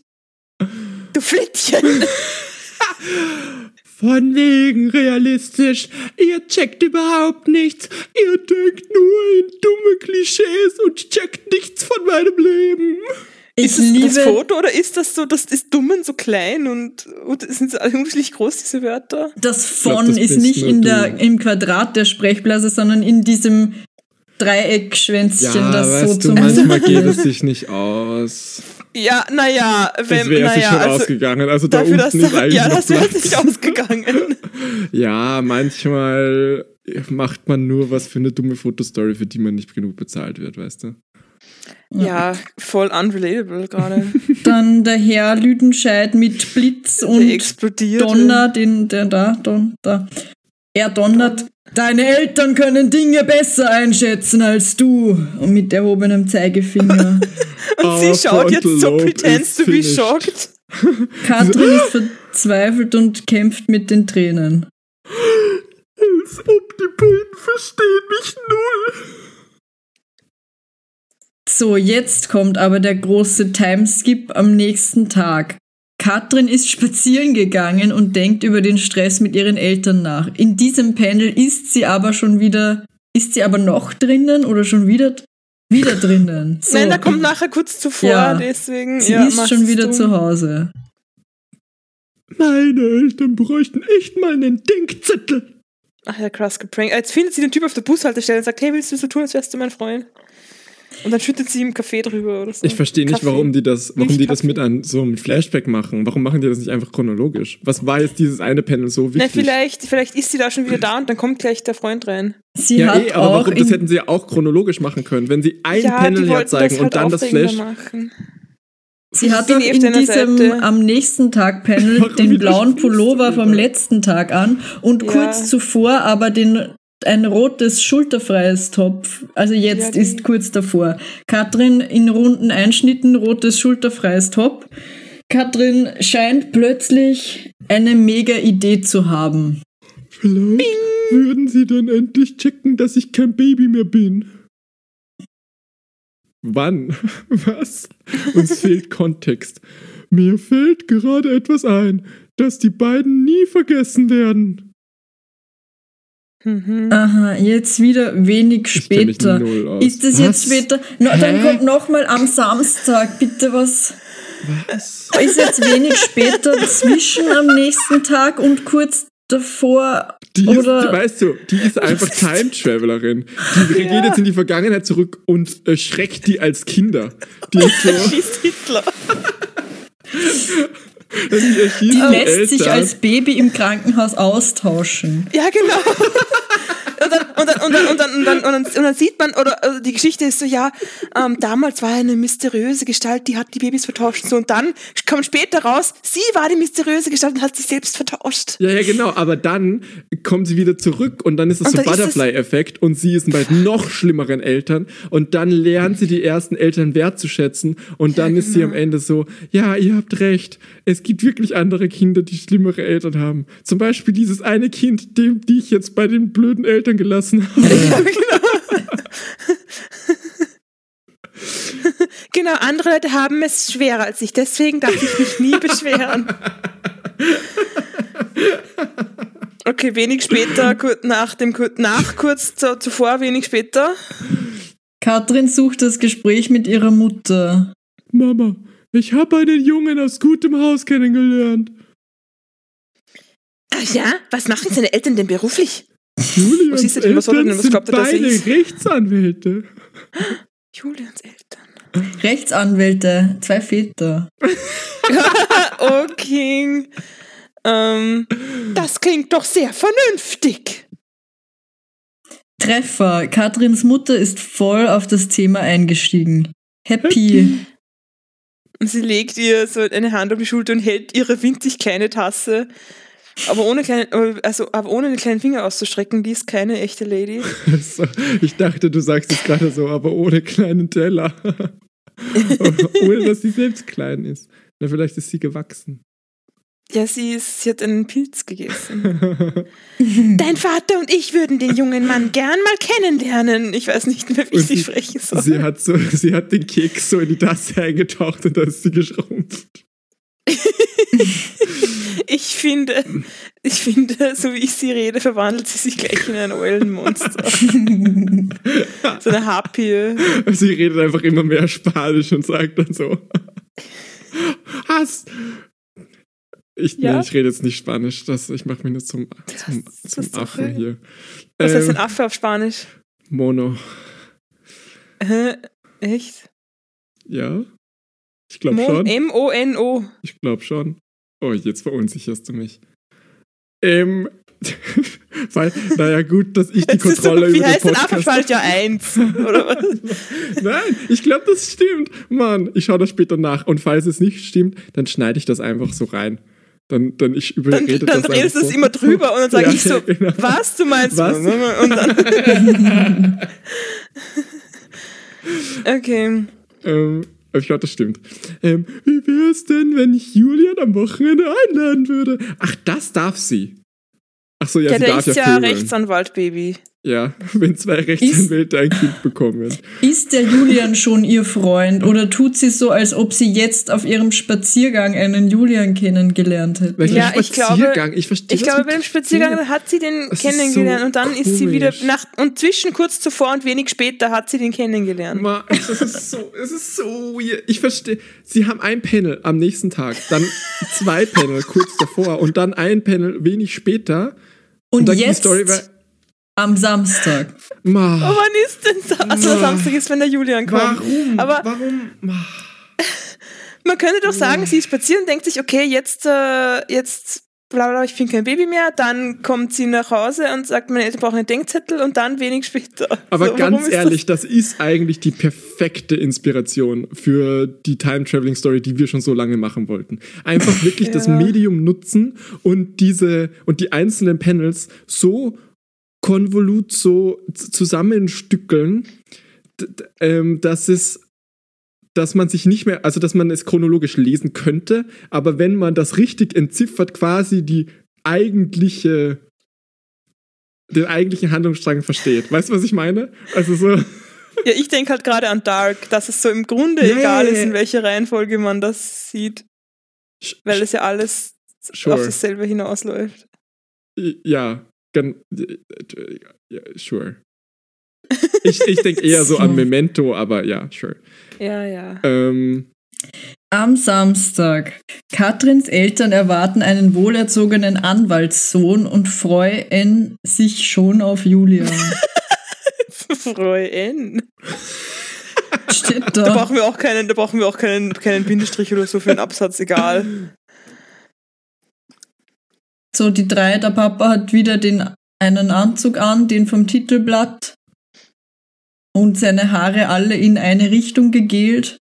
Du Flittchen.
Von wegen realistisch. Ihr checkt überhaupt nichts. Ihr denkt nur in dumme Klischees und checkt nichts von meinem Leben.
Ich
ist das das
liebe
Foto oder ist das so, das ist dummen so klein und, und sind so alle unschlicht groß, diese Wörter?
das
glaub,
von
das
ist
bist
nicht
nur
in
du.
der, im Quadrat der Sprechblase, sondern in diesem Dreieckschwänzchen, das so zum
sich nicht aus.
Ja, naja,
Das
wenn,
wäre sich
naja,
schon
also
ausgegangen. Also da
dafür, dass
unten ist
da,
eigentlich
ja,
noch
das wäre
Platz.
sich ausgegangen.
Ja, manchmal macht man nur was für eine dumme Fotostory, für die man nicht genug bezahlt wird, weißt du?
ja, voll unrelatable gerade.
Dann der Herr Lüdenscheid mit Blitz
Der
und
explodiert.
Donner, den, der da, don, da. Er donnert. Deine Eltern können Dinge besser einschätzen als du. Und mit erhobenem Zeigefinger.
Und sie
Our
schaut jetzt so
frontal lobe
pretends
is
to be
Oh, finished.
shocked.
Katrin ist verzweifelt und kämpft mit den Tränen.
Als ob die beiden verstehen mich null.
So, jetzt kommt aber der große Timeskip am nächsten Tag. Katrin ist spazieren gegangen und denkt über den Stress mit ihren Eltern nach. In diesem Panel ist sie aber schon wieder, ist sie aber noch drinnen oder schon wieder, wieder drinnen. So.
Nein, da kommt nachher kurz zuvor,
Ja.
deswegen.
Sie
ja,
ist
mach's
schon wieder
du.
zu Hause.
Meine Eltern bräuchten echt mal einen Denkzettel.
Ach ja, krass geprankt. Jetzt findet sie den Typ auf der Bushaltestelle und sagt, hey, willst du so tun, als wärst du mein Freund? Und dann schüttet sie ihm Kaffee drüber oder so.
Ich verstehe nicht,
Kaffee.
warum die das, warum
Nicht
die das
Kaffee.
mit an so einem Flashback machen. Warum machen die das nicht einfach chronologisch? Was war jetzt dieses eine Panel so
Na,
wichtig?
vielleicht, vielleicht ist sie da schon wieder da und dann kommt gleich der Freund rein.
Sie
ja,
hat
eh, aber
auch
warum, das
in-
hätten sie ja auch chronologisch machen können, wenn sie ein
ja,
Panel
die wollten
herzeigen
das
und
halt
dann das
aufregender
Flash.
Machen.
Sie hat
bin
doch
eh auf
in
deiner
diesem
Seite.
am nächsten Tag Panel
Warum
den blauen
widerstehst du
Pullover
mir
vom
da?
letzten Tag an und
Ja.
kurz zuvor aber den ein rotes schulterfreies Topf. Also jetzt
Ja, die-
ist kurz davor. Katrin in runden Einschnitten rotes schulterfreies Top. Katrin scheint plötzlich eine mega Idee zu haben.
Vielleicht würden sie dann endlich checken, dass ich kein Baby mehr bin. Wann? Was? Uns fehlt Kontext. Mir fällt gerade etwas ein, das die beiden nie vergessen werden.
Mhm.
Aha, jetzt wieder wenig
Ich kenn mich
später.
null aus.
Ist es
Was?
jetzt später? Na, dann
Hä?
kommt nochmal am Samstag, bitte was.
Was?
ist jetzt wenig später zwischen am nächsten Tag und kurz davor
Die ist, die,
oder
weißt du, die ist einfach Time Travelerin. Die geht jetzt in die Vergangenheit zurück und erschreckt die als Kinder. Die ist so,
Schießt Hitler.
die erschießt
die
die
lässt sich
Eltern.
als Baby im Krankenhaus austauschen.
Ja, genau. Und dann, und, dann, und, dann, und, dann, und, dann, und, dann, und dann sieht man, oder also die Geschichte ist so, ja, ähm, damals war eine mysteriöse Gestalt, die hat die Babys vertauscht. So, und dann kommt später raus, sie war die mysteriöse Gestalt und hat sich selbst vertauscht.
Ja, ja, genau, aber dann kommen sie wieder zurück und dann ist es
Und
so
dann ist es-
Butterfly-Effekt und sie ist bei noch schlimmeren Eltern und dann lernt sie die ersten Eltern wertzuschätzen und dann ist sie am Ende so, ja, ihr habt recht, es gibt wirklich andere Kinder, die schlimmere Eltern haben. Zum Beispiel dieses eine Kind, dem, die ich jetzt bei den blöden Eltern gelassen habe.
Genau, andere Leute haben es schwerer als ich, deswegen darf ich mich nie beschweren. Okay, wenig später, kurz nach dem, kur- nach kurz zu, zuvor, wenig später.
Katrin sucht das Gespräch mit ihrer Mutter.
Mama, ich habe einen Jungen aus gutem Haus kennengelernt.
Ach Ah, ja, was machen seine Eltern denn beruflich?
Julians
siehst du denn, was soll er
Eltern
denn- was
sind
glaubt er, dass er
beide
ist?
Rechtsanwälte.
Julians Eltern.
Rechtsanwälte, zwei Väter.
Oh, King. Ähm, das klingt doch sehr vernünftig.
Treffer. Katrins Mutter ist voll auf das Thema eingestiegen. Happy.
Und sie legt ihr so eine Hand auf die Schulter und hält ihre winzig kleine Tasse. Aber ohne, kleine, aber- also, aber ohne den kleinen Finger auszustrecken, die ist keine echte Lady.
So, Ich dachte, du sagst es gerade so, aber ohne kleinen Teller. ohne, dass sie selbst klein ist. Na, vielleicht ist sie gewachsen.
Ja, sie, ist, sie hat einen Pilz gegessen. Dein Vater und ich würden den jungen Mann gern mal kennenlernen. Ich weiß nicht mehr, wie ich
Und
sie
sie-
sprechen soll.
Sie hat, so, sie hat den Keks so in die Tasse eingetaucht und da ist sie geschrumpft.
Ich finde, ich finde, so wie ich sie rede, verwandelt sie sich gleich in ein Eulenmonster. so eine Harpie.
Sie redet einfach immer mehr Spanisch und sagt dann so: Hast. Ich,
Ja?
nee, ich rede jetzt nicht Spanisch, das, ich mache mich nur zum, zum,
Das
zum
ist doch
Affen
okay.
hier.
Was heißt
Ähm,
ein Affe auf Spanisch?
Mono,
Hä? Echt?
ja? Ich glaube
Mon-
schon.
M-O-N-O.
Ich glaube schon. Oh, jetzt verunsicherst du mich. Ähm, weil, naja, gut, dass ich die
Das ist so,
Kontrolle
wie
über den
heißt denn Affe auf Spanisch?
Podcast
Ja, eins. Oder was?
Nein, ich glaube, das stimmt. Mann, ich schaue das später nach. Und falls es nicht stimmt, dann schneide ich das einfach so rein. Dann, dann ich
Dann,
überrede
dann
das
redest du
einfach
es
so.
immer drüber und dann sage
Ja,
ich so,
genau.
was du meinst? ne?"
Was?
Und dann. okay.
Ähm, aber ich glaube, das stimmt. Ähm, wie wäre es denn, wenn ich Julian am Wochenende einladen würde? Ach, das darf sie. Ach so, ja,
Ja,
sie
der
darf
ist
ja
ja
vögeln.
Rechtsanwalt, Baby.
Ja, wenn zwei Rechtsanwälte ein Kind bekommen.
Ist der Julian schon ihr Freund oder tut sie so, als ob sie jetzt auf ihrem Spaziergang einen Julian kennengelernt hätte?
Welcher
Ja, ich glaube-
Spaziergang? Ich, verstehe
Ich
das
glaube,
mit
bei dem Spaziergang hat sie den
Das ist
kennengelernt
so
und dann ist sie wieder
komisch.
nach und zwischen kurz zuvor und wenig später hat sie den kennengelernt.
Ma, das ist so, es ist so weird. Ich verstehe. Sie haben ein Panel am nächsten Tag, dann zwei Panel kurz davor und dann ein Panel wenig später.
Und
dann
jetzt am Samstag.
Ma,
Wann ist denn Samstag? Also
Na.
Samstag ist, wenn der Julian kommt.
warum?
Aber
warum? Ma,
man könnte doch
Mm.
sagen, sie ist spazieren, denkt sich, okay, jetzt, äh, jetzt, bla bla, ich bin kein Baby mehr. Dann kommt sie nach Hause und sagt, meine Eltern brauchen einen Denkzettel und dann wenig später.
aber
So, warum
ganz
ist
ehrlich, das? ist eigentlich die perfekte Inspiration für die Time-Traveling-Story, die wir schon so lange machen wollten. Einfach wirklich das
Ja.
Medium nutzen und diese und die einzelnen Panels so konvolut so z- zusammenstückeln, d- d- ähm, dass es, dass man sich nicht mehr, also dass man es chronologisch lesen könnte, aber wenn man das richtig entziffert, quasi die eigentliche, den eigentlichen Handlungsstrang versteht. Weißt du, was ich meine? Also so,
das? Ja, ich denke halt gerade an Dark, dass es so im Grunde
Ja,
egal
ja,
ist,
ja.
in welcher Reihenfolge man das sieht, weil es ja alles auf
sure,
dasselbe hinausläuft.
ja, gan- ja, sure. Ich, ich denke eher so an
So.
Memento, aber ja, sure.
Ja, ja.
Ähm,
Am Samstag. Katrins Eltern erwarten einen wohlerzogenen Anwaltssohn und freuen sich schon auf Julian.
Freuen.
Steht
Da
da.
brauchen wir auch keinen, da brauchen wir auch keinen, keinen Bindestrich oder so für einen Absatz, egal.
So, die drei, der Papa hat wieder den einen Anzug an, den vom Titelblatt. Und seine Haare alle in eine Richtung gegelt.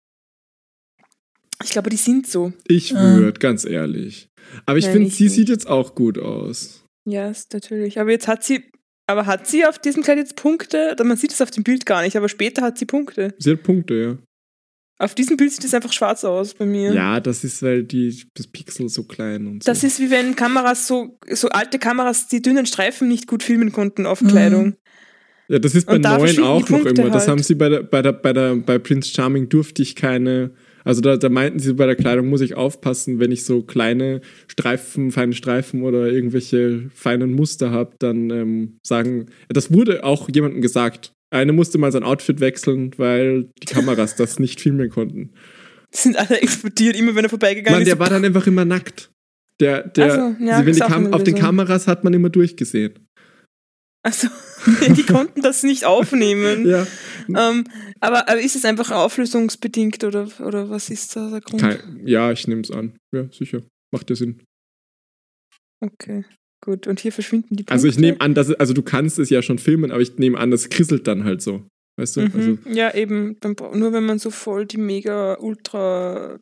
Ich glaube, die sind so.
Ich
Ah.
würde, ganz ehrlich. Aber ich
Nein,
finde,
ich
sie
nicht.
sieht jetzt auch gut aus.
Ja, ist natürlich. Aber jetzt hat sie, aber hat sie auf diesem Kleid jetzt Punkte? Man sieht es auf dem Bild gar nicht, aber später hat sie Punkte.
Sie hat Punkte,
Auf diesem Bild sieht es einfach schwarz aus bei
ja.
mir.
Ja, das ist, weil die, das Pixel so klein und so.
Das ist wie wenn Kameras so, so alte Kameras die dünnen Streifen nicht gut filmen konnten auf
Mhm.
Kleidung.
ja, das ist bei
und da
neuen
verschwinden
auch
die
noch
Punkte
immer. Das
halt.
haben sie bei der, bei der, bei der, bei Prince Charming durfte ich keine. Also da, da meinten sie, bei der Kleidung muss ich aufpassen, wenn ich so kleine Streifen, feine Streifen oder irgendwelche feinen Muster habe, dann ähm, sagen. Das wurde auch jemandem gesagt. Eine musste mal sein Outfit wechseln, weil die Kameras das nicht filmen konnten.
Die sind alle explodiert, immer wenn er vorbeigegangen
Mann,
ist.
der war dann einfach immer nackt. Der, der,
Ach so, ja,
sie- wenn
ist
die
auch
Kam
eine
auf den
Lösung.
Kameras hat man immer durchgesehen.
Also, die konnten das nicht aufnehmen.
Ja.
Ähm, aber, aber ist es einfach auflösungsbedingt oder, oder was ist da der Grund?
Kein, ja, ich nehme es an. Ja, sicher. Macht ja Sinn.
Okay, gut. Und hier verschwinden die Punkte.
Also ich nehme an, dass also du kannst es ja schon filmen, aber ich nehme an, das krisselt dann halt so. Weißt du? Also,
Mhm. ja, eben. Dann, bra- nur wenn man so voll die mega, ultra,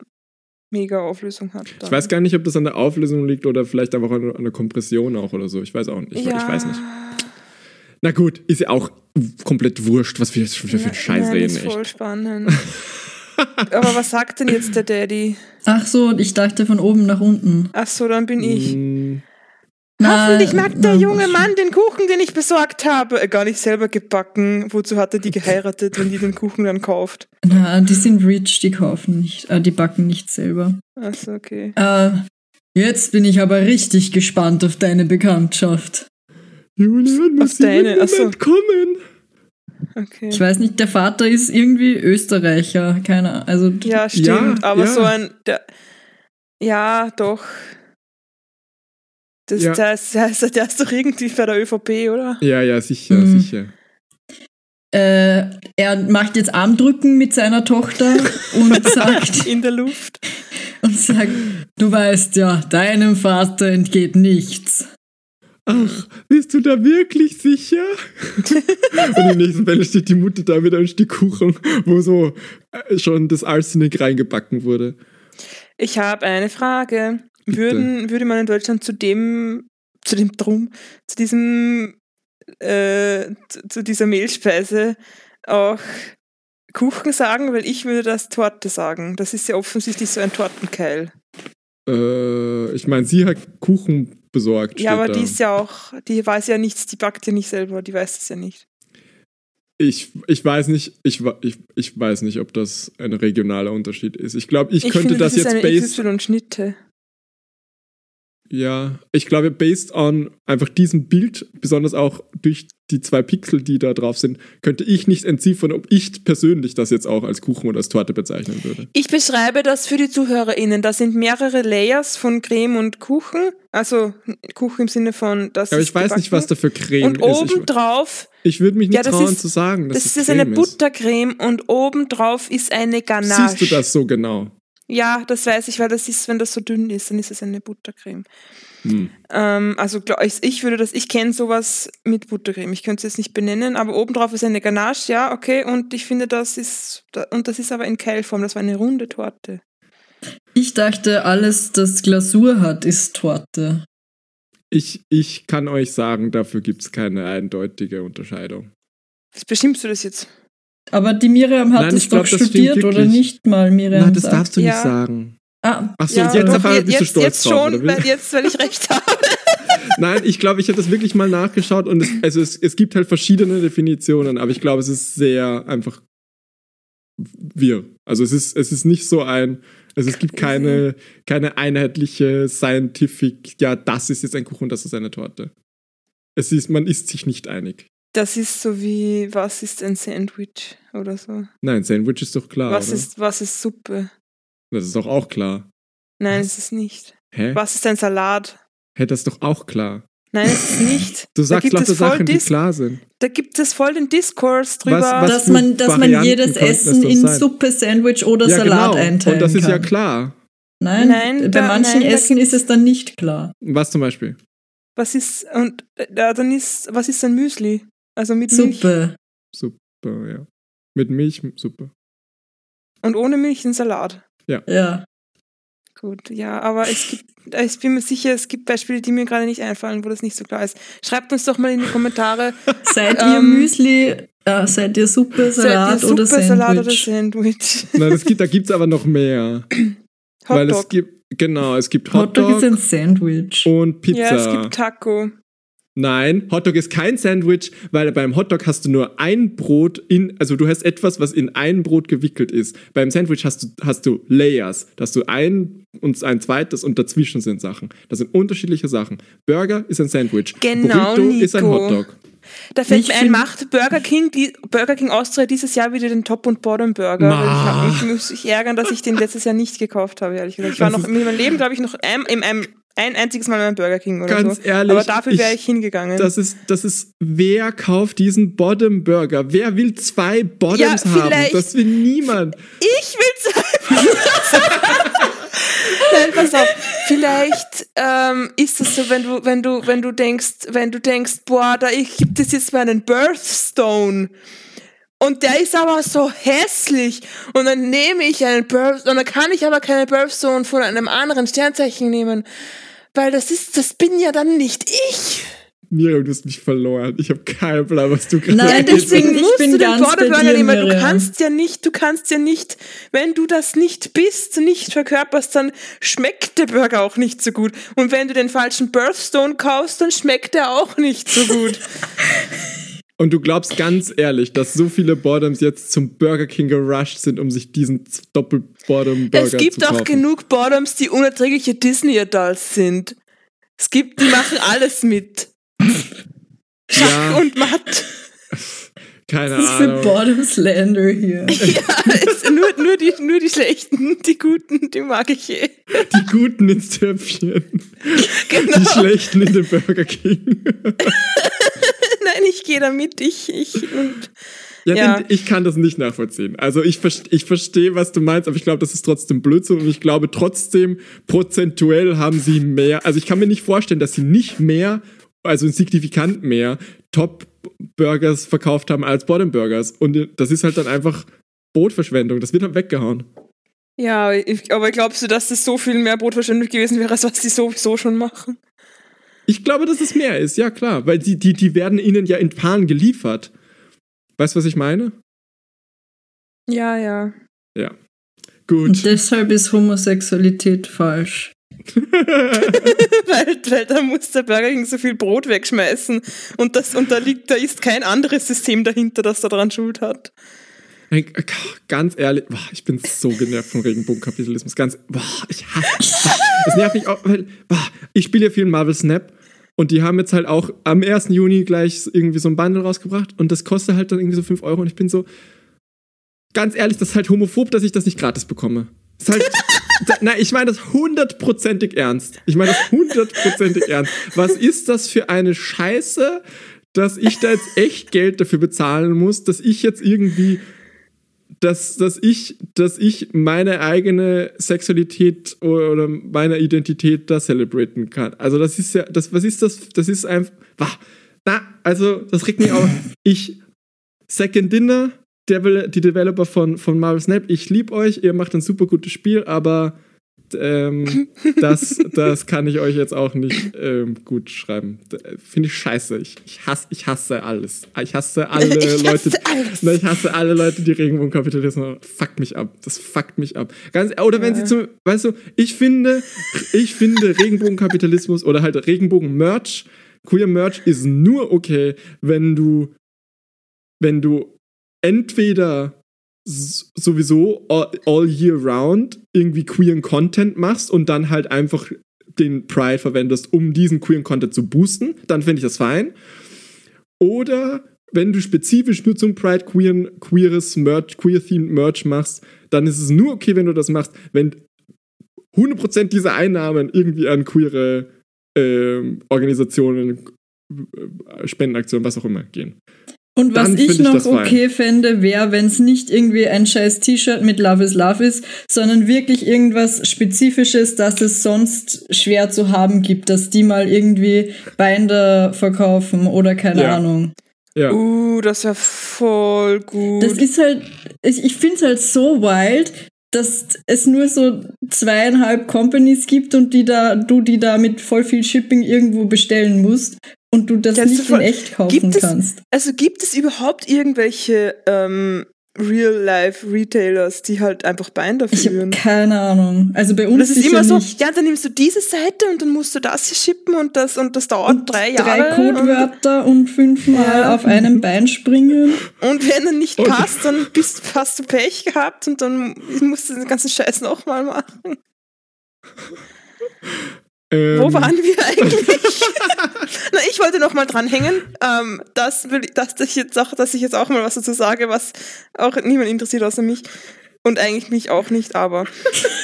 mega Auflösung hat. Dann.
ich weiß gar nicht, ob das an der Auflösung liegt oder vielleicht einfach an, an der Kompression auch oder so. Ich weiß auch nicht. Ich, ich weiß nicht. Na gut, ist ja auch komplett wurscht, was wir jetzt schon wieder für einen Scheiß
nein,
reden.
Ist
Echt.
voll spannend. aber was sagt denn jetzt der Daddy?
Ach so, ich dachte von oben nach unten.
Ach so, dann bin ich.
Mm,
Hoffentlich mag der
na,
junge
was-
Mann den Kuchen, den ich besorgt habe. Äh, Gar nicht selber gebacken. Wozu hat er die geheiratet, wenn die den Kuchen dann kauft?
Na, die sind rich, die kaufen nicht, äh, die backen nicht selber.
Achso, okay.
Äh, jetzt bin ich aber richtig gespannt auf deine Bekanntschaft.
Julian,
Auf
muss sie
deine,
im
ach so.
Moment kommen.
okay.
Ich weiß nicht, der Vater ist irgendwie Österreicher, keine Ahnung. Also,
Ja, stimmt.
Ja,
aber
ja.
so ein. Der, ja, doch. Das,
Ja.
das, das, der ist doch irgendwie bei der ÖVP, oder?
Ja, ja, sicher,
Mm.
Mhm.
sicher.
äh, er macht jetzt Armdrücken mit seiner Tochter und sagt,
In der Luft.
und sagt, du weißt ja, deinem Vater entgeht nichts.
Ach, bist du da wirklich sicher? und im nächsten Panel steht die Mutter da mit einem Stück Kuchen, wo so äh, schon das Arsenic reingebacken wurde.
Ich habe eine Frage.
Bitte.
Würden, würde man in Deutschland zu dem, zu dem Drum, zu diesem, äh, zu, zu dieser Mehlspeise auch Kuchen sagen? Weil ich würde das Torte sagen. Das ist ja offensichtlich so ein Tortenkeil.
Äh, ich meine, sie hat Kuchen besorgt. steht
Ja, aber
da.
die ist ja auch, die weiß ja nichts, die backt ja nicht selber, die weiß es ja nicht.
ich, ich weiß nicht, ich, wa- ich, ich weiß nicht, ob das ein regionaler Unterschied ist. Ich glaube, ich, könnte
finde,
das,
ist
jetzt
eine
based
XY und Schnitte.
Ja, ich glaube, based on einfach diesem Bild, besonders auch durch die zwei Pixel, die da drauf sind, könnte ich nicht entziffern, ob ich persönlich das jetzt auch als Kuchen oder als Torte bezeichnen würde.
Ich beschreibe das für die ZuhörerInnen. Da sind mehrere Layers von Creme und Kuchen. Also Kuchen im Sinne von, das
Aber
ist
ich weiß nicht, was da
gebacken.
für Creme
Und
ist. Ich,
obendrauf,
ich würde mich nicht
Ja, das
trauen
ist-
zu sagen, dass
das,
es
ist eine
Creme ist.
Buttercreme und obendrauf ist eine Ganache.
Siehst du das so genau?
Ja, das weiß ich, weil das ist, wenn das so dünn ist, dann ist es eine Buttercreme.
Hm.
Ähm, also glaub ich, ich würde das, ich kenne sowas mit Buttercreme. Ich könnte es jetzt nicht benennen, aber obendrauf ist eine Ganache, ja, okay. Und ich finde, das ist, da- und das ist aber in Keilform, das war eine runde Torte.
Ich dachte, alles, das Glasur hat, ist Torte.
Ich, ich kann euch sagen, dafür gibt es keine eindeutige Unterscheidung.
Was bestimmst du das jetzt?
Aber die Miriam hat
Nein,
es
ich glaub,
doch
das stimmt
studiert, oder
wirklich.
nicht mal, Miriam?
Na, das
sagt.
darfst du
Ja.
nicht sagen.
Ah,
Ach so,
Ja,
jetzt
doch,
auf einmal bist du
jetzt,
stolz
jetzt
drauf.
schon,
oder wie?
weil, jetzt, weil ich recht habe.
Nein, ich glaube, ich habe das wirklich mal nachgeschaut und es, also es, es gibt halt verschiedene Definitionen, aber ich glaube, es ist sehr einfach wir. Also es ist, es ist nicht so ein, also es gibt keine, keine einheitliche Scientific, ja, das ist jetzt ein Kuchen, das ist eine Torte. Es ist, man ist sich nicht einig.
Das ist so wie, was ist ein Sandwich oder so?
Nein, Sandwich ist doch klar.
was,
oder?
ist, was ist Suppe?
Das ist doch auch klar.
Nein, es ist nicht.
Hä?
Was ist ein Salat?
Hä, das ist doch auch klar.
Nein, es ist nicht.
Du
da
sagst
gibt
lauter
es voll
Sachen, die
Dis-
klar sind.
Da gibt es voll den Diskurs drüber.
was
dass
für
man, dass man
Varianten
jedes
könnten das
Essen
denn
in
sein?
Suppe, Sandwich oder
ja,
Salat
genau.
einteilen
Und das ist
kann.
ja klar.
Nein,
Nein,
bei
da-
manchen
nein, da
Essen ist es dann nicht klar.
Was zum Beispiel?
Was ist, und äh, ja, dann ist, was ist ein Müsli? Also mit Milch.
Suppe.
Super, ja. Mit Milch, super.
Und ohne Milch ein Salat.
Ja.
Gut, ja, aber es gibt, ich bin mir sicher, es gibt Beispiele, die mir gerade nicht einfallen, wo das nicht so klar ist. Schreibt uns doch mal in die Kommentare,
Seid ihr
Ähm,
Müsli, äh, seid ihr Suppe, Salat
seid ihr
oder
Suppe,
Sandwich?
Salat oder Sandwich?
Nein, das gibt, da gibt es aber noch mehr. weil es
Hotdog.
gibt, genau, es gibt
Hotdog
Hotdog
ist ein Sandwich.
und Pizza.
Ja, es gibt Taco.
Nein, Hotdog ist kein Sandwich, weil beim Hotdog hast du nur ein Brot in, also du hast etwas, was in ein Brot gewickelt ist. Beim Sandwich hast du, hast du Layers, dass du ein und ein zweites und dazwischen sind Sachen. Das sind unterschiedliche Sachen. Burger ist ein Sandwich.
Genau,
Burrito ist ein
Nico.
Hotdog.
Da fällt
Ich
mir ein,
find-
macht Burger King, die, Burger King Austria dieses Jahr wieder den Top- und Bottom-Burger.
Ma.
weil Ich, hab- ich muss mich ärgern, dass ich den letztes Jahr nicht gekauft habe, ehrlich gesagt. Ich war
Das
noch
ist-
in meinem Leben, glaube ich, noch ein, in einem, ein einziges Mal in einem Burger King oder
Ganz
so.
ehrlich,
Aber dafür wäre
ich-
ich hingegangen.
Das ist, das ist, wer kauft diesen Bottom Burger? Wer will zwei Bottoms haben?
vielleicht.
Das will niemand.
ich will Nein, pass auf. Vielleicht ähm, ist es so, wenn du, wenn du, wenn du denkst, wenn du denkst, boah, da ich gibt es jetzt meinen Birthstone. Und der ist aber so hässlich. Und dann nehme ich einen Birthstone, und dann kann ich aber keine Birthstone von einem anderen Sternzeichen nehmen. Weil das ist, das bin ja dann nicht ich.
Miriam, du hast mich verloren. Ich habe keinen Plan, was du gerade
Nein,
redest.
deswegen- ich
musst
bin
du den
ganz bei
Borderburger
dir,
nehmen. Du
Miriam.
kannst ja nicht, du kannst ja nicht, wenn du das nicht bist, nicht verkörperst, dann schmeckt der Burger auch nicht so gut. Und wenn du den falschen Birthstone kaufst, dann schmeckt er auch nicht so gut.
Und du glaubst ganz ehrlich, dass so viele Bottoms jetzt zum Burger King gerusht sind, um sich diesen Z- Doppel-Bottom-Burger zu
es gibt
kaufen.
auch genug Bottoms, die unerträgliche Disney-Adults sind. Es gibt, die machen alles mit. Schach
Ja.
und Matt.
Keine
das ist ein
Ahnung.
Bottom Slander hier.
Ja, es, nur, nur, die, nur die schlechten, die guten, die mag ich eh.
Die Guten ins Töpfchen,
Genau.
die Schlechten in den Burger King.
Nein, ich gehe da mit. Ich, ich, und
Ja,
Ja.
denn Ich kann das nicht nachvollziehen. Also ich, verst- ich verstehe, was du meinst, aber ich glaube, das ist trotzdem Blödsinn und ich glaube trotzdem, prozentuell haben sie mehr. Also ich kann mir nicht vorstellen, dass sie nicht mehr, also signifikant mehr, Top-Burgers verkauft haben als Bottom-Burgers. Und das ist halt dann einfach Brotverschwendung. Das wird halt weggehauen.
Ja, ich, aber glaubst du, dass das so viel mehr Brotverschwendung gewesen wäre, als was die sowieso schon machen?
Ich glaube, dass es mehr ist, ja klar, weil die, die, die werden ihnen ja in Paaren geliefert. Weißt du, was ich meine?
Ja, ja.
Gut.
Und deshalb ist Homosexualität falsch.
weil, weil da muss der Burger King so viel Brot wegschmeißen und, das, und da liegt, da ist kein anderes System dahinter, das daran Schuld hat.
Nein, g- Ganz ehrlich, boah, ich bin so genervt von Regenbogenkapitalismus. Ganz, boah, ich hasse. Das nervt mich auch, weil, boah, ich spiele ja viel Marvel Snap und die haben jetzt halt auch am 1. Juni gleich irgendwie so ein Bundle rausgebracht und das kostet halt dann irgendwie so 5 Euro und ich bin so, ganz ehrlich, das ist halt homophob, dass ich das nicht gratis bekomme. Das ist halt, da, nein, ich meine das hundertprozentig ernst. Ich meine das hundertprozentig ernst. Was ist das für eine Scheiße, dass ich da jetzt echt Geld dafür bezahlen muss, dass ich jetzt irgendwie dass, dass, ich, dass ich meine eigene Sexualität o- oder meine Identität da celebraten kann. Also das ist ja, das, was ist das? Das ist einfach. Wah, na, also, das regt mich auf. Ich. Second Dinner, Devil, die Developer von, von Marvel Snap, ich liebe euch, ihr macht ein super gutes Spiel, aber ähm, das, das kann ich euch jetzt auch nicht ähm, gut schreiben. äh, Finde ich scheiße. Ich, ich, hasse, ich hasse alles. Ah, Ich hasse alle
Ich hasse
Leute.
alles.
Nein, ich hasse alle Leute, die Regenbogenkapitalismus. Fuckt mich ab. Das fuckt mich ab. Ganz, oder wenn sie zum, weißt du, ich finde, ich finde Regenbogenkapitalismus oder halt Regenbogen-Merch, queer Merch ist nur okay, wenn du, wenn du entweder s- sowieso all, all year round irgendwie queeren Content machst und dann halt einfach den Pride verwendest, um diesen queeren Content zu boosten, dann finde ich das fein. Oder wenn du spezifisch nur zum Pride queeren, queeres Merch, queer-themed Merch machst, dann ist es nur okay, wenn du das machst, wenn 100% dieser Einnahmen irgendwie an queere ähm, Organisationen, äh, Spendenaktionen, was auch immer gehen.
Und was
Dann
ich
find ich
noch
das fein.
okay fände, wäre, wenn es nicht irgendwie ein scheiß T-Shirt mit Love is Love ist, sondern wirklich irgendwas Spezifisches, das es sonst schwer zu haben gibt, dass die mal irgendwie Binder verkaufen oder keine
Ja.
Ahnung.
Ja.
Uh, das wäre voll gut.
Das ist halt, ich, ich finde es halt so wild, dass es nur so zweieinhalb Companies gibt und die da, du die da mit voll viel Shipping irgendwo bestellen musst und du das
Ja, das
nicht
ist voll-
in echt kaufen
Gibt es-
kannst.
Also gibt es überhaupt irgendwelche ähm, Real-Life-Retailers, die halt einfach Binder
Ich habe
führen?
keine Ahnung. Also bei uns
Und das ist
sicher
immer so,
nicht.
ja, dann nimmst du diese Seite und dann musst du das hier schippen und das und das dauert drei Jahre.
Drei Codewörter und fünfmal
Ja.
auf einem Bein springen.
Und, und wenn dann nicht
Und-
passt, dann bist, hast du Pech gehabt und dann musst du den ganzen Scheiß nochmal machen.
Ähm,
Wo waren wir eigentlich? Na, ich wollte noch mal dranhängen, ähm, das will, dass, ich jetzt auch, dass ich jetzt auch mal was dazu sage, was auch niemand interessiert außer mich. Und eigentlich mich auch nicht, aber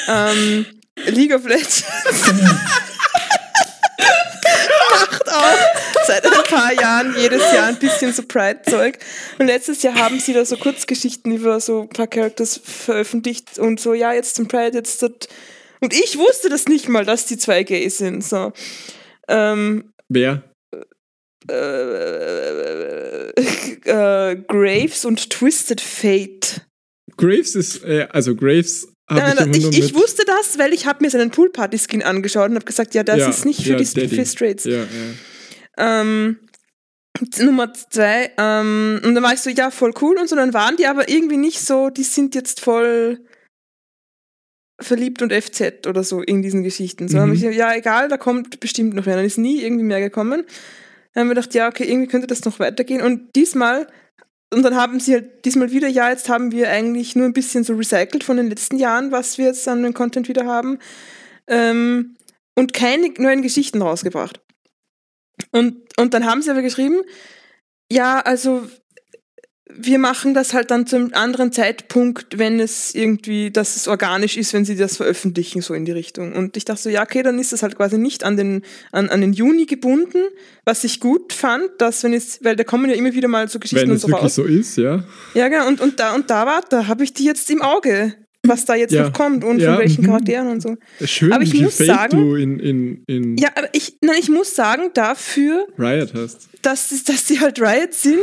ähm, League of Legends macht auch seit ein paar Jahren jedes Jahr ein bisschen so Pride-Zeug. Und letztes Jahr haben sie da so Kurzgeschichten über so ein paar Characters veröffentlicht und so, ja, jetzt zum Pride, jetzt dort. Und ich wusste das nicht mal, dass die zwei gay sind. So. Ähm,
Wer?
äh, äh, Graves und Twisted Fate.
Graves ist, äh, also Graves habe
Nein,
ich,
nein,
immer
ich,
nur
ich
mit-
wusste das, weil ich habe mir seinen Poolparty-Skin angeschaut und habe gesagt, ja, das
Ja,
ist nicht für
ja,
die
Daddy.
für Straights.
Ja, ja.
Ähm, z- Nummer zwei, ähm, und dann war ich so, ja, voll cool und so, dann waren die aber irgendwie nicht so, die sind jetzt voll verliebt und FZ oder so in diesen Geschichten. So
Mhm.
habe ich gesagt, ja, egal, da kommt bestimmt noch mehr. Dann ist nie irgendwie mehr gekommen. Dann haben wir gedacht, ja, okay, irgendwie könnte das noch weitergehen. Und diesmal, und dann haben sie halt diesmal wieder, ja, jetzt haben wir eigentlich nur ein bisschen so recycelt von den letzten Jahren, was wir jetzt an dem Content wieder haben. Ähm, und keine neuen Geschichten rausgebracht. Und, und dann haben sie aber geschrieben, ja, also wir machen das halt dann zum anderen Zeitpunkt, wenn es irgendwie, dass es organisch ist, wenn sie das veröffentlichen, so in die Richtung. Und ich dachte so, ja, okay, dann ist das halt quasi nicht an den, an, an den Juni gebunden, was ich gut fand, dass wenn es, weil da kommen ja immer wieder mal so Geschichten
Wenn
und
es
so
wirklich
raus.
so ist, ja.
Ja, genau, und, und da und da war, da habe ich die jetzt im Auge, was da jetzt
Ja.
noch kommt und
Ja,
von welchen
mhm.
Charakteren und so.
Schön,
Aber ich
wie
muss
fake
sagen-
du in, in, in
Ja, aber ich, nein, ich muss sagen, dafür
Riot hast.
dass, es- dass sie halt Riot sind,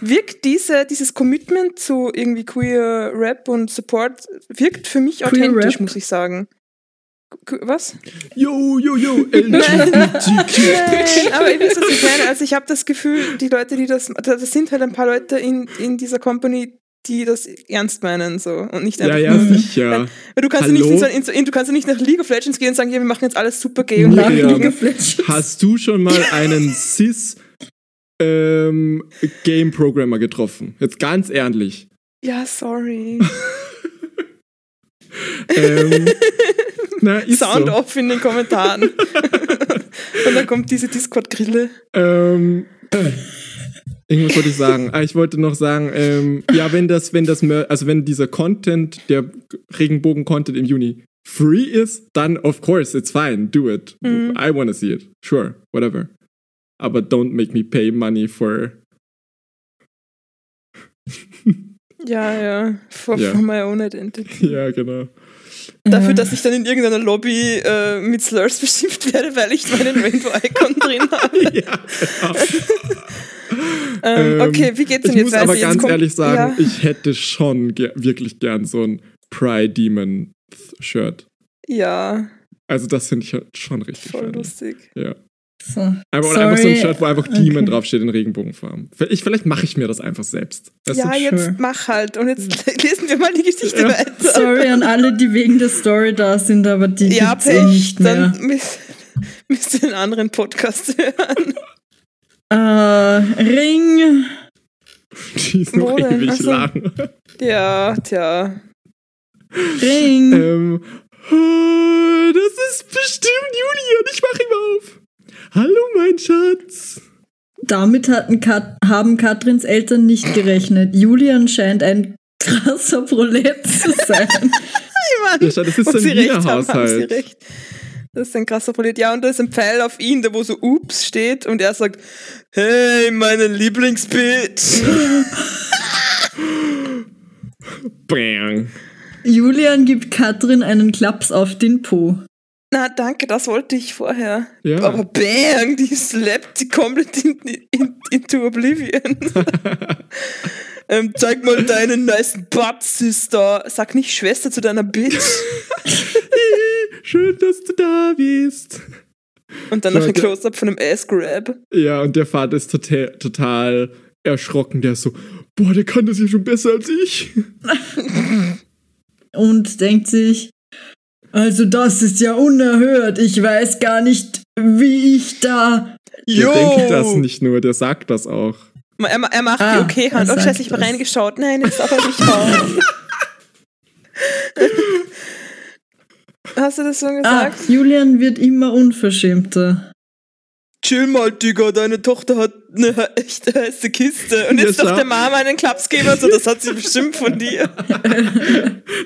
wirkt diese, dieses Commitment zu irgendwie queer Rap und Support, wirkt für mich
Queer
authentisch,
Rap?
muss ich sagen. Qu- Was?
Yo, yo, yo,
Nein, aber ihr wisst, was ich meine. Also ich habe das Gefühl, die Leute, die das, da- das sind halt ein paar Leute in, in dieser Company, die das ernst meinen so und nicht
Ja,
einfach
ja,
nur-
sicher.
Weil du kannst ja
Hallo?
nicht in so, ein- in so, in, du kannst ja nicht nach League of Legends gehen und sagen, ja, wir machen jetzt alles super gay und
Miriam.
Nach
nach
League of Legends.
Hast du schon mal einen Cis ähm, Game Programmer getroffen? Jetzt ganz ehrlich.
Ja, sorry.
Ähm, na, ist
Sound
so.
off in den Kommentaren. und dann kommt diese Discord-Grille.
Ähm, irgendwas wollte ich sagen. Ah, ich wollte noch sagen, ähm, ja, wenn das, wenn das, mer- also wenn dieser Content, der Regenbogen-Content im Juni free ist, dann of course, it's fine, do it.
Mhm.
I wanna see it. Sure, whatever. Aber don't make me pay money for.
Ja, ja. For,
Ja.
for my own identity.
Ja, genau.
Dafür, dass ich dann in irgendeiner Lobby äh, mit Slurs beschimpft werde, weil ich meinen Rainbow-Icon drin habe.
ja, genau.
Ähm,
Ähm,
okay, wie geht's denn
Ich
jetzt
muss aber
Jetzt
ganz
kommt-
ehrlich sagen,
ja.
ich hätte schon ge wirklich gern so ein Pride Demon Shirt.
Ja,
Also das finde ich halt schon richtig
voll
funny.
lustig.
Ja.
So.
Aber oder einfach so ein
Sorry.
Shirt, wo einfach Demon
Okay.
draufsteht in Regenbogenfarben. Ich, vielleicht mache ich mir das einfach selbst. Das
ja,
ist- Mhm.
jetzt
schön.
mach halt. Und jetzt lesen wir mal die Geschichte
Ja.
weiter.
Sorry an alle, die wegen der Story da sind, aber die
Ja,
gibt's eh
Pech,
nicht mehr.
dann müsst, müsst ihr einen anderen Podcast hören.
Äh, Ring.
die ist noch
Wo denn?
ewig
Ach so.
lang.
Ja, tja.
Ring.
ähm, äh, das ist bestimmt Juli und ich mache ihm auf. Hallo, mein Schatz.
Damit hatten Kat haben Katrins Eltern nicht gerechnet. Julian scheint ein krasser Prolet zu sein.
Mann,
Ja, Schatz, das ist
ob
ein
sie recht
Wiener
haben, haben sie
Haushalt.
recht. Das ist ein krasser Polit. Ja, und da ist ein Pfeil auf ihn, der wo so ups steht und er sagt, hey, meine Lieblingsbitch.
Bang.
Julian gibt Katrin einen Klaps auf den Po.
Na, danke, das wollte ich vorher.
Ja.
Aber bang, die slappt die komplett in, in, into Oblivion. ähm, zeig mal deinen nice Butt, Sister. Sag nicht Schwester zu deiner Bitch.
Schön, dass du da bist.
Und dann noch ein
Leute.
Close-Up von einem Ass-Grab.
Ja, und der Vater ist total, total erschrocken. Der ist so, boah, der kann das hier schon besser als ich.
und denkt sich, also das ist ja unerhört. Ich weiß gar nicht, wie ich da.
Der denkt das nicht nur, der sagt das auch.
Ma- Er, ma- er macht
Ah,
die Okay-Hand.
er
Oh,
sagt
scheiße, ich habe
das.
reingeschaut. Nein, jetzt darf er nicht raus. Hast du das so
Ah,
gesagt?
Julian wird immer unverschämter.
Chill mal, Digga, deine Tochter hat eine he- echte heiße Kiste. Und jetzt
Ja,
darf
schau.
der Mama einen Klaps geben. Also, das hat sie bestimmt von dir.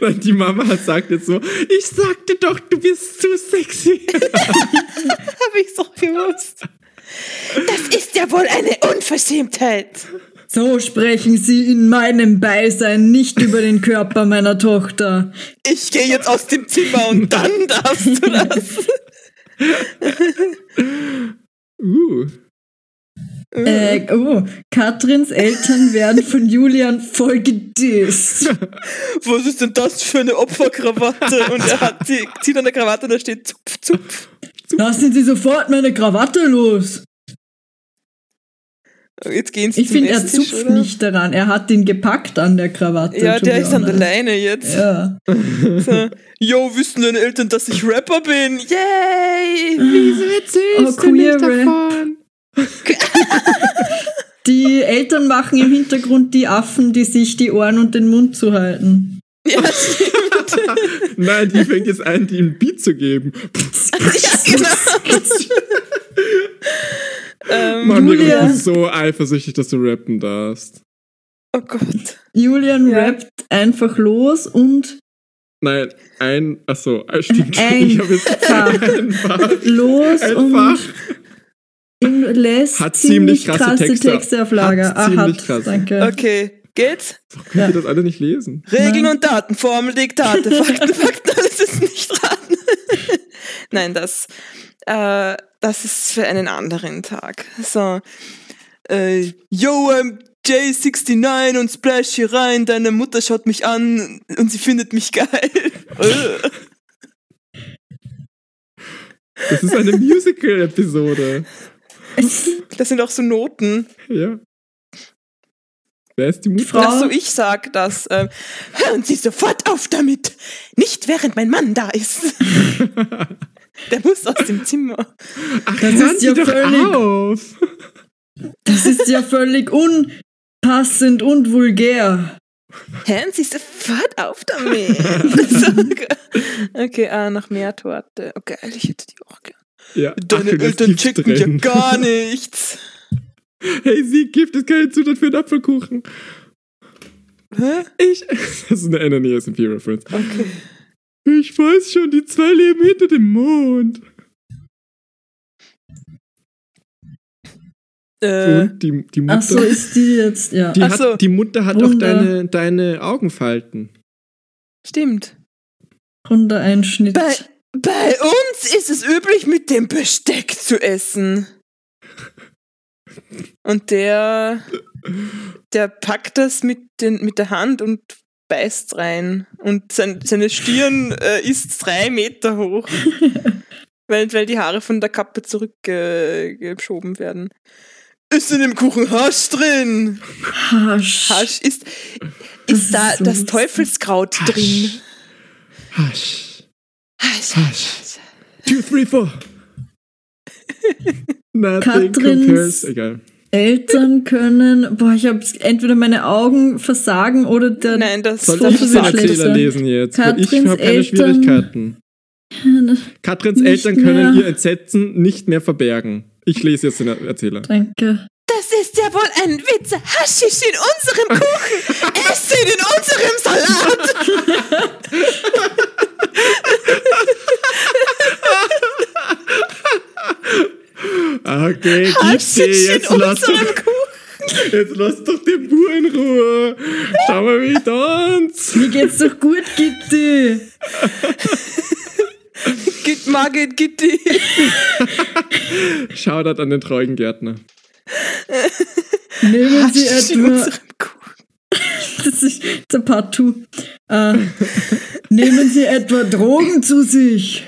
Nein, Die Mama sagt jetzt so, ich sagte doch, du bist zu sexy.
Habe ich doch gewusst. Das ist ja wohl eine Unverschämtheit.
So sprechen Sie in meinem Beisein nicht über den Körper meiner Tochter.
Ich gehe jetzt aus dem Zimmer und dann darfst du das.
Uh,
Äh, oh, Katrins Eltern werden von Julian voll gedisst.
was ist denn das für eine Opferkrawatte? Und er hat die, zieht an der Krawatte und da steht zupf, zupf.
Lassen Sie sofort meine Krawatte los.
Jetzt gehen sie
Ich
zum
finde, er
Esstisch,
zupft
oder?
nicht daran. Er hat den gepackt an der Krawatte.
Ja,
to
der
be
ist an der
honest.
Leine jetzt.
Ja.
So, Yo, wissen deine Eltern, dass ich Rapper bin? Yay!
Wieso erzählst
Oh,
du
queer
nicht
Rap.
davon?
Die Eltern machen im Hintergrund die Affen, die sich die Ohren und den Mund zuhalten.
Ja,
nein, die fängt jetzt an, die einen Beat zu geben.
genau. ähm,
Mann, Miriam,
Julia.
ich bin so eifersüchtig, dass du rappen darfst.
oh Gott.
Julian
Ja.
rappt einfach los und
Nein, ein, achso, stimmt.
Ein
ich habe jetzt
Fach.
einfach.
los
Einfach.
und in, lässt
Hat ziemlich krasse Texte.
auf Lager.
Hat
ah,
ziemlich
hat,
krass.
danke.
Okay, geht's?
Könnt ihr das alle nicht lesen?
Regeln
Nein.
und Daten, Formel, Diktate, Fakten, Fakten, alles ist nicht raten. Nein, das, äh, das ist für einen anderen Tag. So, äh, yo, I'm J69 und splash hier rein, deine Mutter schaut mich an und sie findet mich geil. Äh.
Das ist eine Musical-Episode.
das sind auch so Noten.
Ja. Wer ist die Mutter?
Frau-
Dass so ich sag das. Ähm, hören Sie sofort auf damit! Nicht während mein Mann da ist. Der muss aus dem Zimmer.
Ach,
Das
hören
ist
Sie
ja
doch
völlig-
auf.
Das ist ja völlig unpassend und vulgär.
Hören Sie sofort auf damit! So, okay, ah, noch mehr Torte. Oh geil, ich hätte die auch gern.
Ja.
Deine
Achtung, das
Eltern
Gift
checken ja
drin.
gar nichts.
Hey, Sie, Gift ist keine Zutat für einen Apfelkuchen.
Hä?
Ich. Das ist eine E Enemy S&P Reference.
Okay.
Ich weiß schon, die zwei leben hinter dem Mond.
Äh,
Und die, die Mutter.
Ach so, ist die jetzt, ja.
die,
Ach
hat,
so.
die Mutter hat auch
Wunder.
deine, deine Augenfalten.
stimmt.
Runter Einschnitt.
Bei, bei uns ist es üblich, mit dem Besteck zu essen. Und der, der packt das mit, den, mit der Hand und beißt rein. Und sein, seine Stirn äh, ist drei Meter hoch. weil, weil die Haare von der Kappe zurückgeschoben werden. Ist in dem Kuchen Hasch drin?
Hasch.
Hasch ist,
Das
ist
ist
da
so
das
lustig.
Teufelskraut drin.
Hasch. Hasch.
Hasch,
Hasch. Two, three, four. Nothing
Katrins-
compares. Egal.
Eltern können, boah, ich hab's, entweder meine Augen versagen oder der
Nein, das
Soll
Sollte ich
Fotos
den
sind schlecht
Erzähler
sein.
lesen jetzt? weil ich
Katrins
habe keine
Eltern-
Schwierigkeiten. Katrins
Nicht
Eltern können
mehr.
ihr Entsetzen nicht mehr verbergen. Ich lese jetzt den Erzähler.
Danke.
Das ist ja wohl ein Witz. Haschisch in unserem Kuchen. Ess ihn in unserem Salat.
Okay, gib dir,
Haschisch in
jetzt lass,
unserem
doch,
Kuchen.
jetzt lass doch den Bur in Ruhe. Schau mal, wie ich tanz.
Mir geht's doch gut, Gitti.
Git Margit Gitti.
Shoutout an den treuen Gärtner.
Nehmen Sie
Haschisch in
etwa,
unserem Kuchen.
das ist der Part 2. Äh, nehmen Sie etwa Drogen zu sich.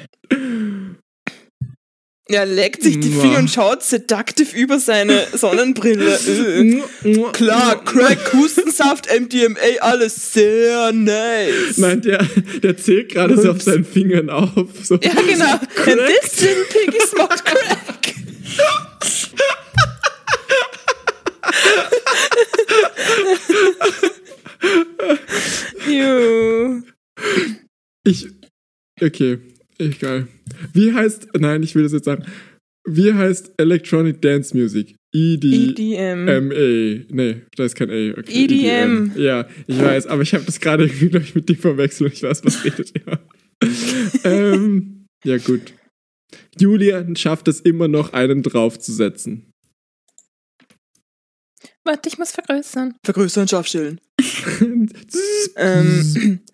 Er leckt sich die
Mua.
Finger und schaut seductive über seine Sonnenbrille. Äh. Klar, Crack, Hustensaft, MDMA, alles sehr nice.
Nein, der, der zählt gerade so auf seinen Fingern auf. So.
Ja, genau. And this slim pig is not crack. Ew.
Ich. Okay, egal. Wie heißt. Nein, ich will das jetzt sagen. Wie heißt Electronic Dance Music? ED.
EDM.
MA. Ähm, Nee, da ist kein A. Okay, E
EDM.
Ja, ich weiß, aber ich habe das gerade, glaube ich, mit dir verwechselt. Ich weiß, was redet ihr. ähm, ja, gut. Julian schafft es immer noch, einen draufzusetzen.
Warte, ich muss vergrößern. Vergrößern, Scharfstellen.
ähm.
Ähm.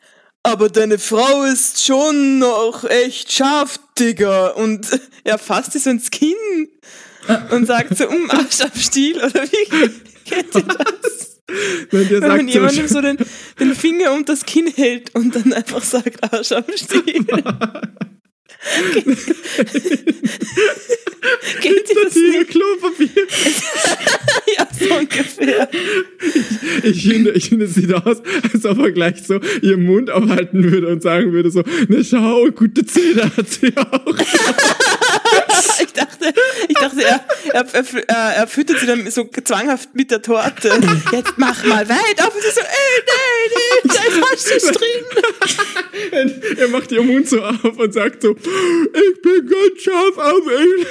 Aber deine Frau ist schon noch echt scharf, Digga. Und er fasst sich so ins Kinn und sagt so, um Arsch am Stiel, oder wie? Kennt ihr das?
Wenn
Wenn
der
man
sagt
jemandem
so,
so den, den Finger um das Kinn hält und dann einfach sagt, ah, Arsch am Stiel. Geht dir das
Tiger
nicht?
Klopapier.
Ja, so ungefähr.
Ich finde, ich finde, es sieht aus, als ob er gleich so ihren Mund aufhalten würde und sagen würde so, na schau, gute Zähne hat sie auch.
Ich dachte, ich dachte er, er, er, fü- äh, er füttert sie dann so zwanghaft mit der Torte. Jetzt mach mal weit auf. Und sie so, ey, nein, nein, da ist Haschisch drin.
Und er macht ihren Mund so auf und sagt so, ich bin ganz scharf auf ihn.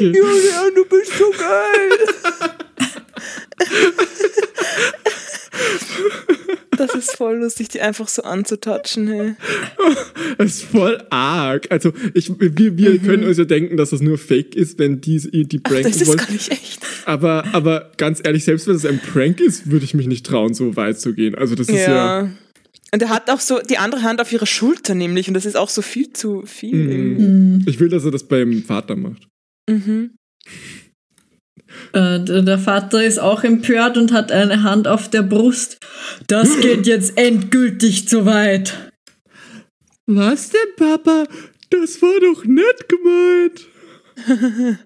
Julian, du bist so geil. Das ist voll lustig, die einfach so anzutatschen, hey.
Das ist voll arg. Also ich, wir, wir können uns ja denken, dass das nur Fake ist, wenn die die
Mhm. Ach, das
pranken
ist
wollen.
gar nicht echt.
Aber, aber ganz ehrlich, selbst wenn es ein Prank ist, würde ich mich nicht trauen, so weit zu gehen. Also das ist ja...
Ja. Und er hat auch so die andere Hand auf ihrer Schulter nämlich und das ist auch so viel zu viel. irgendwie.
Ich will, dass er das beim Vater macht.
Mhm.
Äh, d- der Vater ist auch empört und hat eine Hand auf der Brust. Das geht jetzt endgültig zu weit.
Was denn, Papa? Das war doch nett gemeint.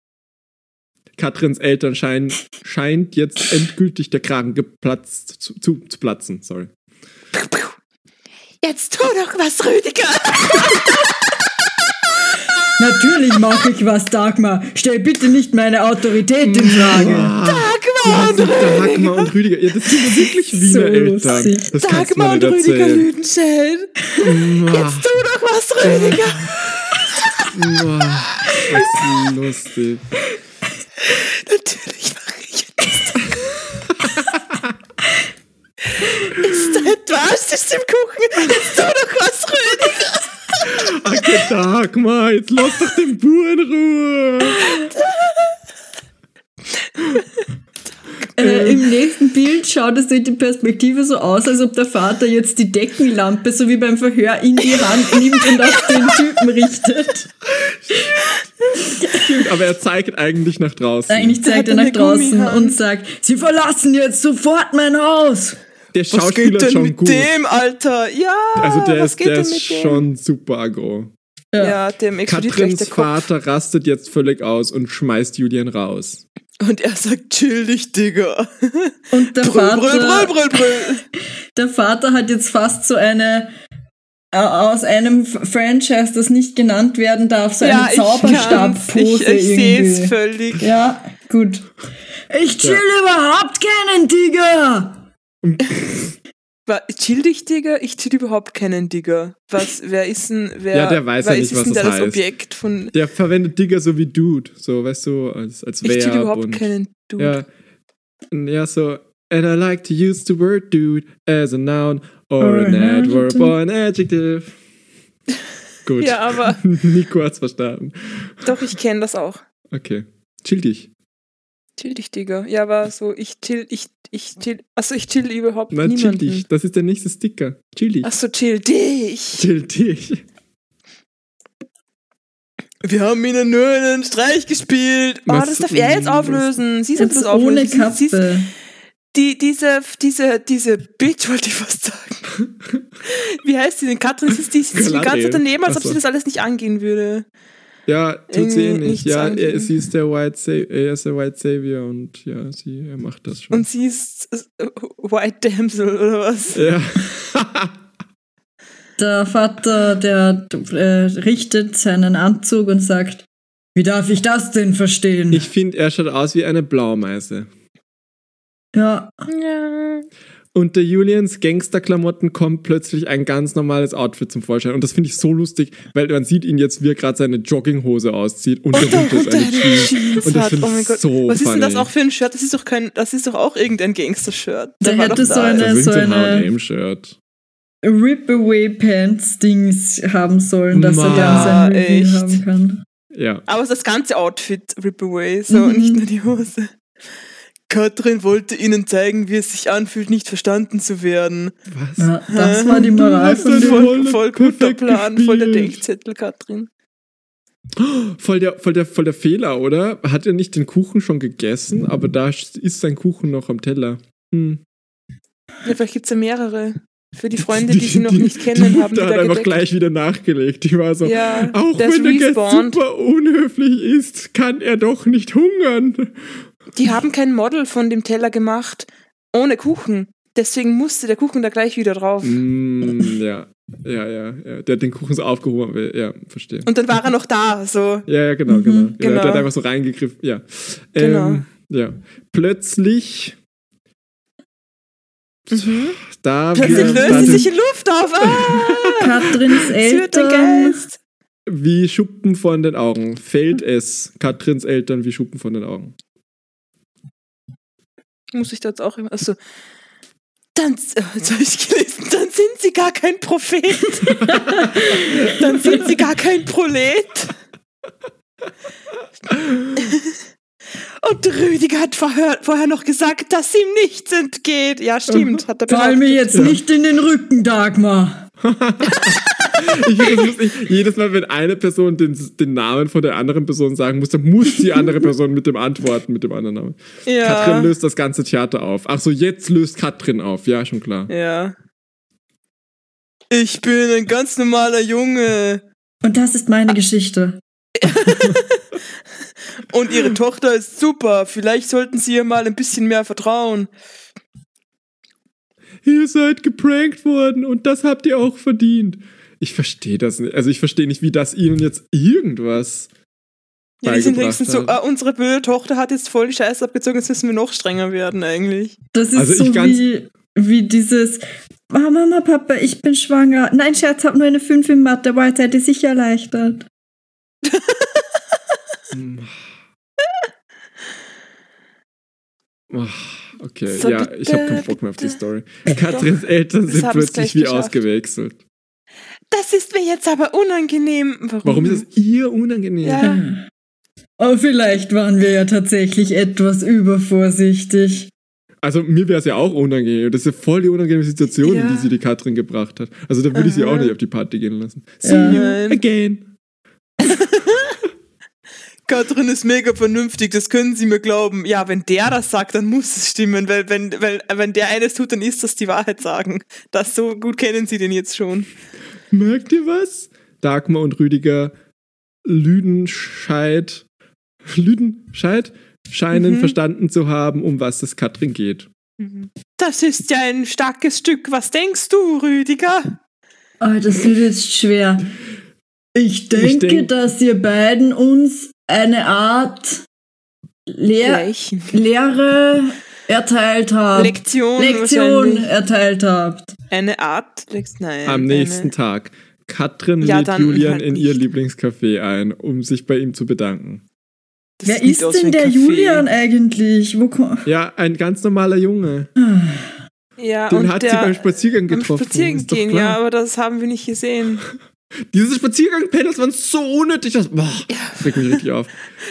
Katrins Eltern scheinen, scheint jetzt endgültig der Kragen geplatzt zu, zu, zu platzen. Sorry.
Jetzt tu doch was, Rüdiger.
Natürlich mache ich was, Dagmar. Stell bitte nicht meine Autorität in Frage.
Dagmar und Rüdiger. Dagmar und Rüdiger. Ja, das sind wirklich Wiener
So
Eltern.
lustig.
Das kannst du mir
Dagmar und
nicht
Rüdiger
erzählen.
Lüdenscheid. Jetzt tu doch was, Rüdiger.
Boah, das ist lustig.
Natürlich mache ich das. Ist da etwas ist im Kuchen? Jetzt tu doch was, Rüdiger.
Okay, Dagmar, jetzt lass doch den Buren Ruhe.
Äh, Im nächsten Bild schaut es durch die Perspektive so aus, als ob der Vater jetzt die Deckenlampe, so wie beim Verhör, in die Hand nimmt und auf den Typen richtet.
Stimmt, aber er zeigt eigentlich nach draußen.
Eigentlich
Der
zeigt
hat
er nach
eine
draußen
Gummihand.
und sagt, sie verlassen jetzt sofort mein Haus.
Der
Was geht
Schauspieler ist
denn
schon
mit
gut.
dem, Alter? Ja,
Also der
was
ist,
geht
der
denn
ist
mit dem?
schon super aggro.
Ja.
Ja, dem explodiert gleich der
Katrins
Kopf.
Vater rastet jetzt völlig aus und schmeißt Julian raus.
Und er sagt, chill dich, Digga.
Und der
Brüll,
Vater,
brüll, brüll, brüll, brüll.
der Vater hat jetzt fast so eine äh, aus einem F- Franchise, das nicht genannt werden darf, so
ja,
eine
ich kann's. Ich,
Zauberstabpose
ich sehe
irgendwie.
es völlig.
Ja, gut. Ich chill überhaupt keinen Tiger!
Wa- Chill dich, Digga? Ich chill überhaupt keinen Digga. Was, wer ist denn, wer,
Ja, der weiß ja
wer
nicht,
ist
was
denn
das
da
heißt.
das Objekt von,
Der verwendet Digger so wie Dude, so weißt du, als, als
ich chill
Verb
überhaupt
und
keinen Dude.
ja, ja so. And I like to use the word dude as a noun or,
Or
an
an
adverb
adjective.
or an adjective. Gut.
Ja, aber
Nico hat's verstanden.
doch, ich kenne das auch.
Okay. Chill dich.
Chill dich, Digga. Ja, aber so, ich chill, ich, ich chill, also ich chill überhaupt
Nein, chill
niemanden.
dich. Das ist der nächste Sticker. Chill dich.
Achso, chill dich.
Chill dich.
Wir haben ihnen nur einen Streich gespielt. Oh,
Was-
das darf er jetzt auflösen. Sie soll
Jetzt
das
ohne
auflösen. Sie- sie-
Katze.
Die, diese, diese, diese Bitch wollte ich fast sagen. Wie heißt die denn? Katrin sitzt die, sitzt die ganze
Galadriel.
Zeit daneben, als
Ach
ob sie
so.
das alles nicht angehen würde.
Ja, tut sie eh
Irgendwie Äh,
nicht.
nichts
Ja,
angenehm.
er, sie ist der White Sa er ist der White Savior und ja, sie er macht das schon.
Und sie ist äh, White Damsel oder was?
ja.
Der Vater, der äh, richtet seinen Anzug und sagt, wie darf ich das denn verstehen?
Ich finde, er schaut aus wie eine Blaumeise.
ja,
Ja.
Unter Julians Gangsterklamotten kommt plötzlich ein ganz normales Outfit zum Vorschein. Und das finde ich so lustig, weil man sieht ihn jetzt, wie er gerade seine Jogginghose auszieht und darunter ist eine Jeans. Und das
hat,
finde
oh mein
ich
Gott.
so
was ist
funny.
denn das auch für ein Shirt? Das ist doch kein, das ist doch auch irgendein Gangster-Shirt.
Der
war
hätte
doch
so
da.
eine-
Das ist
so
Also ein
eine-
H&M-Shirt.
Rip-Away-Pants-Dings haben sollen, dass er
Ma,
dann sein Review
echt.
haben kann.
Ja.
Aber das ganze Outfit rip away, so
Mhm.
nicht nur die Hose. Katrin wollte ihnen zeigen, wie es sich anfühlt, nicht verstanden zu werden.
Was?
Ja, das war die Moral
hast
von
ein
dem.
Voll-
Voll, voll guter
perfekt
Plan, voll der
gespielt.
Denkzettel, Katrin.
Voll der, voll, der, voll der Fehler, oder? Hat er nicht den Kuchen schon gegessen? Aber da ist sein Kuchen noch am Teller. Hm.
Ja, vielleicht gibt es ja mehrere. Für die Freunde, die, sie noch nicht kennen,
die Mutter
haben die
hat
da
einfach
gedeckt.
gleich wieder nachgelegt. Die war so,
Ja,
auch
der ist
wenn er jetzt
respawned.
super unhöflich ist, kann er doch nicht hungern.
Die haben kein Model von dem Teller gemacht, ohne Kuchen. Deswegen musste der Kuchen da gleich wieder drauf.
Mm, ja. ja, ja, ja. Der hat den Kuchen so aufgehoben. aber- Ja, verstehe.
Und dann war er noch da, so.
Ja, ja, genau, genau. Ja,
genau.
Der hat einfach so reingegriffen. Ja. Ähm,
Genau.
Ja. Plötzlich.
Mhm.
Da
Plötzlich
wird
löst
dann-
sie sich in Luft auf. Ah,
Katrins
es wird ein
Eltern.
Geist.
Wie Schuppen von den Augen. Fällt es Katrins Eltern wie Schuppen von den Augen.
Muss ich da jetzt auch immer. Achso. Dann, äh, jetzt habe ich gelesen, dann sind sie gar kein Prophet. dann sind sie gar kein Prolet. Und Rüdiger hat vorher, vorher noch gesagt, dass ihm nichts entgeht. Ja, stimmt, hat er
Fall mir
behauptet.
jetzt nicht in den Rücken, Dagmar.
Ich finde das lustig. Jedes Mal, wenn eine Person den, den Namen von der anderen Person sagen muss, dann muss die andere Person mit dem antworten, mit dem anderen Namen.
Ja.
Katrin löst das ganze Theater auf. Ach so, jetzt löst Katrin auf. Ja, schon klar.
Ja. Ich bin ein ganz normaler Junge.
Und das ist meine Geschichte.
Und ihre Tochter ist super. Vielleicht sollten sie ihr mal ein bisschen mehr vertrauen.
Ihr seid geprankt worden und das habt ihr auch verdient. Ich verstehe das nicht. Also ich verstehe nicht, wie das ihnen jetzt irgendwas.
Ja, die sind
beigebracht
wenigstens so,
hat.
ah, unsere blöde Tochter hat jetzt voll die Scheiße abgezogen, jetzt müssen wir noch strenger werden eigentlich.
Das ist
Also ich
so
ganz-
wie, wie dieses "Ah, Mama, Papa, ich bin schwanger. Nein, Scherz, hab nur eine 5 in Mathe, aber jetzt hätte ich sicher erleichtert.
oh.
Hm. Ach, Okay,
So,
ja, ich habe keinen
bitte,
Bock mehr auf die
bitte.
Story. Katrins Eltern
das
sind
haben es
plötzlich
gleich
wie
geschafft.
ausgewechselt.
Das ist mir jetzt aber unangenehm. Warum?
Warum ist es ihr unangenehm?
Mhm. Ja.
Aber Oh, vielleicht waren wir ja tatsächlich etwas übervorsichtig.
Also mir wäre es ja auch unangenehm. Das ist ja voll die unangenehme Situation, in
Ja.
die sie die Katrin gebracht hat. Also da würde ich sie
Aha.
auch nicht auf die Party gehen lassen. See
Ja.
you
Nein.
again.
Katrin ist mega vernünftig, das können Sie mir glauben. Ja, wenn der das sagt, dann muss es stimmen, weil wenn, weil, wenn der eines tut, dann ist das die Wahrheit sagen. Das so gut kennen Sie den jetzt schon.
Merkt ihr was? Dagmar und Rüdiger Lüdenscheid Lüdenscheid scheinen
Mhm.
verstanden zu haben, um was es Katrin geht.
Das ist ja ein starkes Stück. Was denkst du, Rüdiger?
Oh, das wird jetzt schwer. Ich denke,
Ich denk-
dass ihr beiden uns eine Art Lehr
Gleichen.
Lehre erteilt habt.
Lektion.
Lektion
wahrscheinlich.
erteilt habt.
Eine Art. Lekt Nein.
Am nächsten
eine-
Tag. Katrin
Äh, Ja,
lädt
dann
Julian
halt
in ihr
nicht.
Lieblingscafé ein, um sich bei ihm zu bedanken.
Das
Wer
sieht
ist
aus wie
denn
ein
der
Kaffee.
Julian eigentlich? Wo ko-
Ja, ein ganz normaler Junge.
Ja,
Den
und
hat
der
sie beim Spaziergang
beim
getroffen.
Spazieren
ist doch
gehen,
klar.
ja, aber das haben wir nicht gesehen.
Diese Spaziergang-Panels waren so unnötig, dass. Boah, das regt mich richtig auf.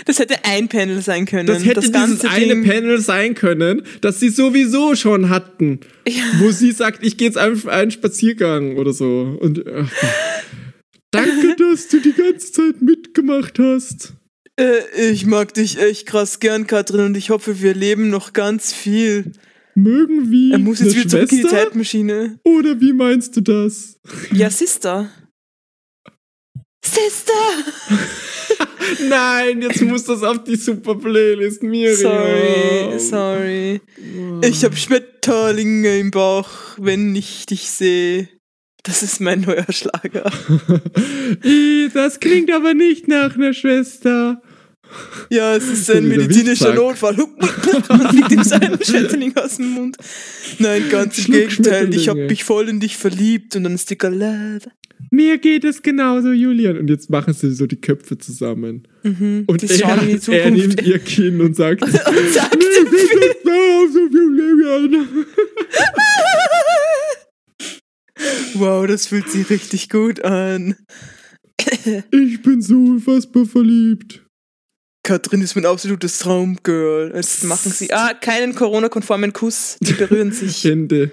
Das hätte ein Panel sein können.
Das hätte dieses eine
Ding-
Panel sein können, das sie sowieso schon hatten. Wo sie sagt, ich gehe jetzt einfach einen Spaziergang oder so. Und. Äh, danke, dass du die ganze Zeit mitgemacht hast.
Äh, ich mag dich echt krass gern, Katrin, und ich hoffe, wir leben noch ganz viel.
Mögen wir.
Er muss jetzt
Hm, eine
wieder zurück in die
Schwester?
Zeitmaschine.
Oder wie meinst du das?
Ja, Sister. Sister!
Nein, jetzt muss das auf die Super Playlist, Miriam.
Sorry, sorry. Ich hab Schmetterlinge im Bauch, wenn ich dich sehe. Das ist mein neuer Schlager.
Ih, Das klingt aber nicht nach einer Schwester.
Ja, es ist
Dieser
ein medizinischer
Wichtsack.
Notfall. Man fliegt ihm seinen Schmetterling aus dem Mund. Nein, ganz im
Schluck
Gegenteil. Ich hab
Schmetterlinge.
mich voll in dich verliebt und dann ist die Galette.
Mir geht es genauso, Julian. Und jetzt machen sie so die Köpfe zusammen. Und
Mhm. die
er,
schauen in die Zukunft.
er nimmt ihr Kinn und sagt: Mir geht
Und sagt,
es genauso, Julian.
wow, das fühlt sich richtig gut an.
Ich bin so unfassbar verliebt.
Katrin ist mein absolutes Traumgirl. Jetzt machen sie. Ah, keinen Corona-konformen Kuss. Die berühren sich.
Ende.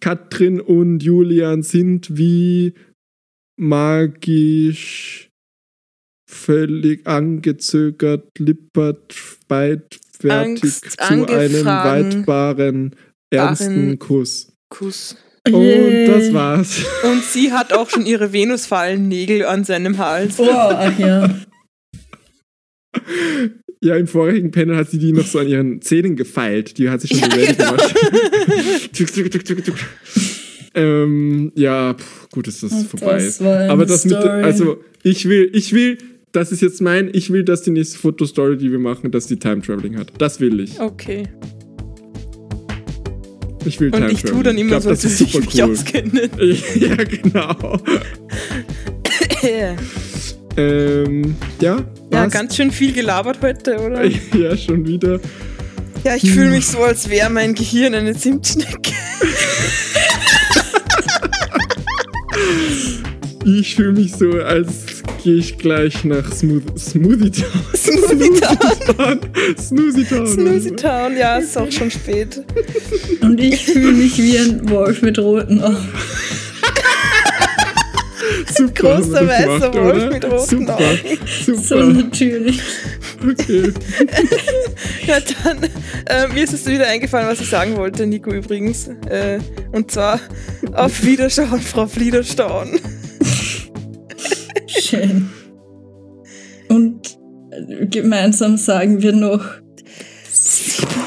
Katrin und Julian sind wie magisch völlig angezögert, lippert, weitfertig
Angst-
zu einem
angefragen.
weitbaren, ernsten
Baren-
Kuss.
Kuss.
Yay.
Und das war's.
Und sie hat auch schon ihre Venusfallennägel an seinem Hals.
Oh, ach ja.
Ja, im vorigen Panel hat sie die noch so an ihren Zähnen gefeilt. Die hat sich schon ja, die Welt
genau.
gemacht. Tuck, tuck, tuck, tuck, tuck. Ähm, ja, pf, gut, dass das
Und
vorbei
das
ist.
war eine
Aber das mit,
Story.
also ich will, ich will, das ist jetzt mein, ich will, dass die nächste Fotostory, die wir machen, dass die Time Traveling hat. Das will ich.
Okay.
Ich will
Und
Time
ich tue
Traveling.
dann immer
glaub,
so, als
das ist
würde ich mich
super cool.
auskennen.
ja, genau.
Äh, ja,
Ähm, ja, was?
ganz schön viel gelabert heute, oder?
ja, schon wieder.
Ja, ich fühle mich so, als wäre mein Gehirn eine Zimtschnecke.
Ich fühle mich so, als gehe ich gleich nach Smooth Smoothie Town.
Smoothie Town.
Snoozy Town.
Snoozy Town, ja, ist auch schon spät.
Und ich fühle mich wie ein Wolf mit roten Augen.
Super,
Großer
haben wir
weißer
gemacht,
Wolf
oder?
mit roten
Super. Super.
So natürlich.
Okay.
Ja, dann, äh, mir ist es wieder eingefallen, was ich sagen wollte, Nico übrigens. Äh, und zwar auf Wiederschauen, Frau Fliederstaun.
Schön. Und gemeinsam sagen wir noch.
Sieben.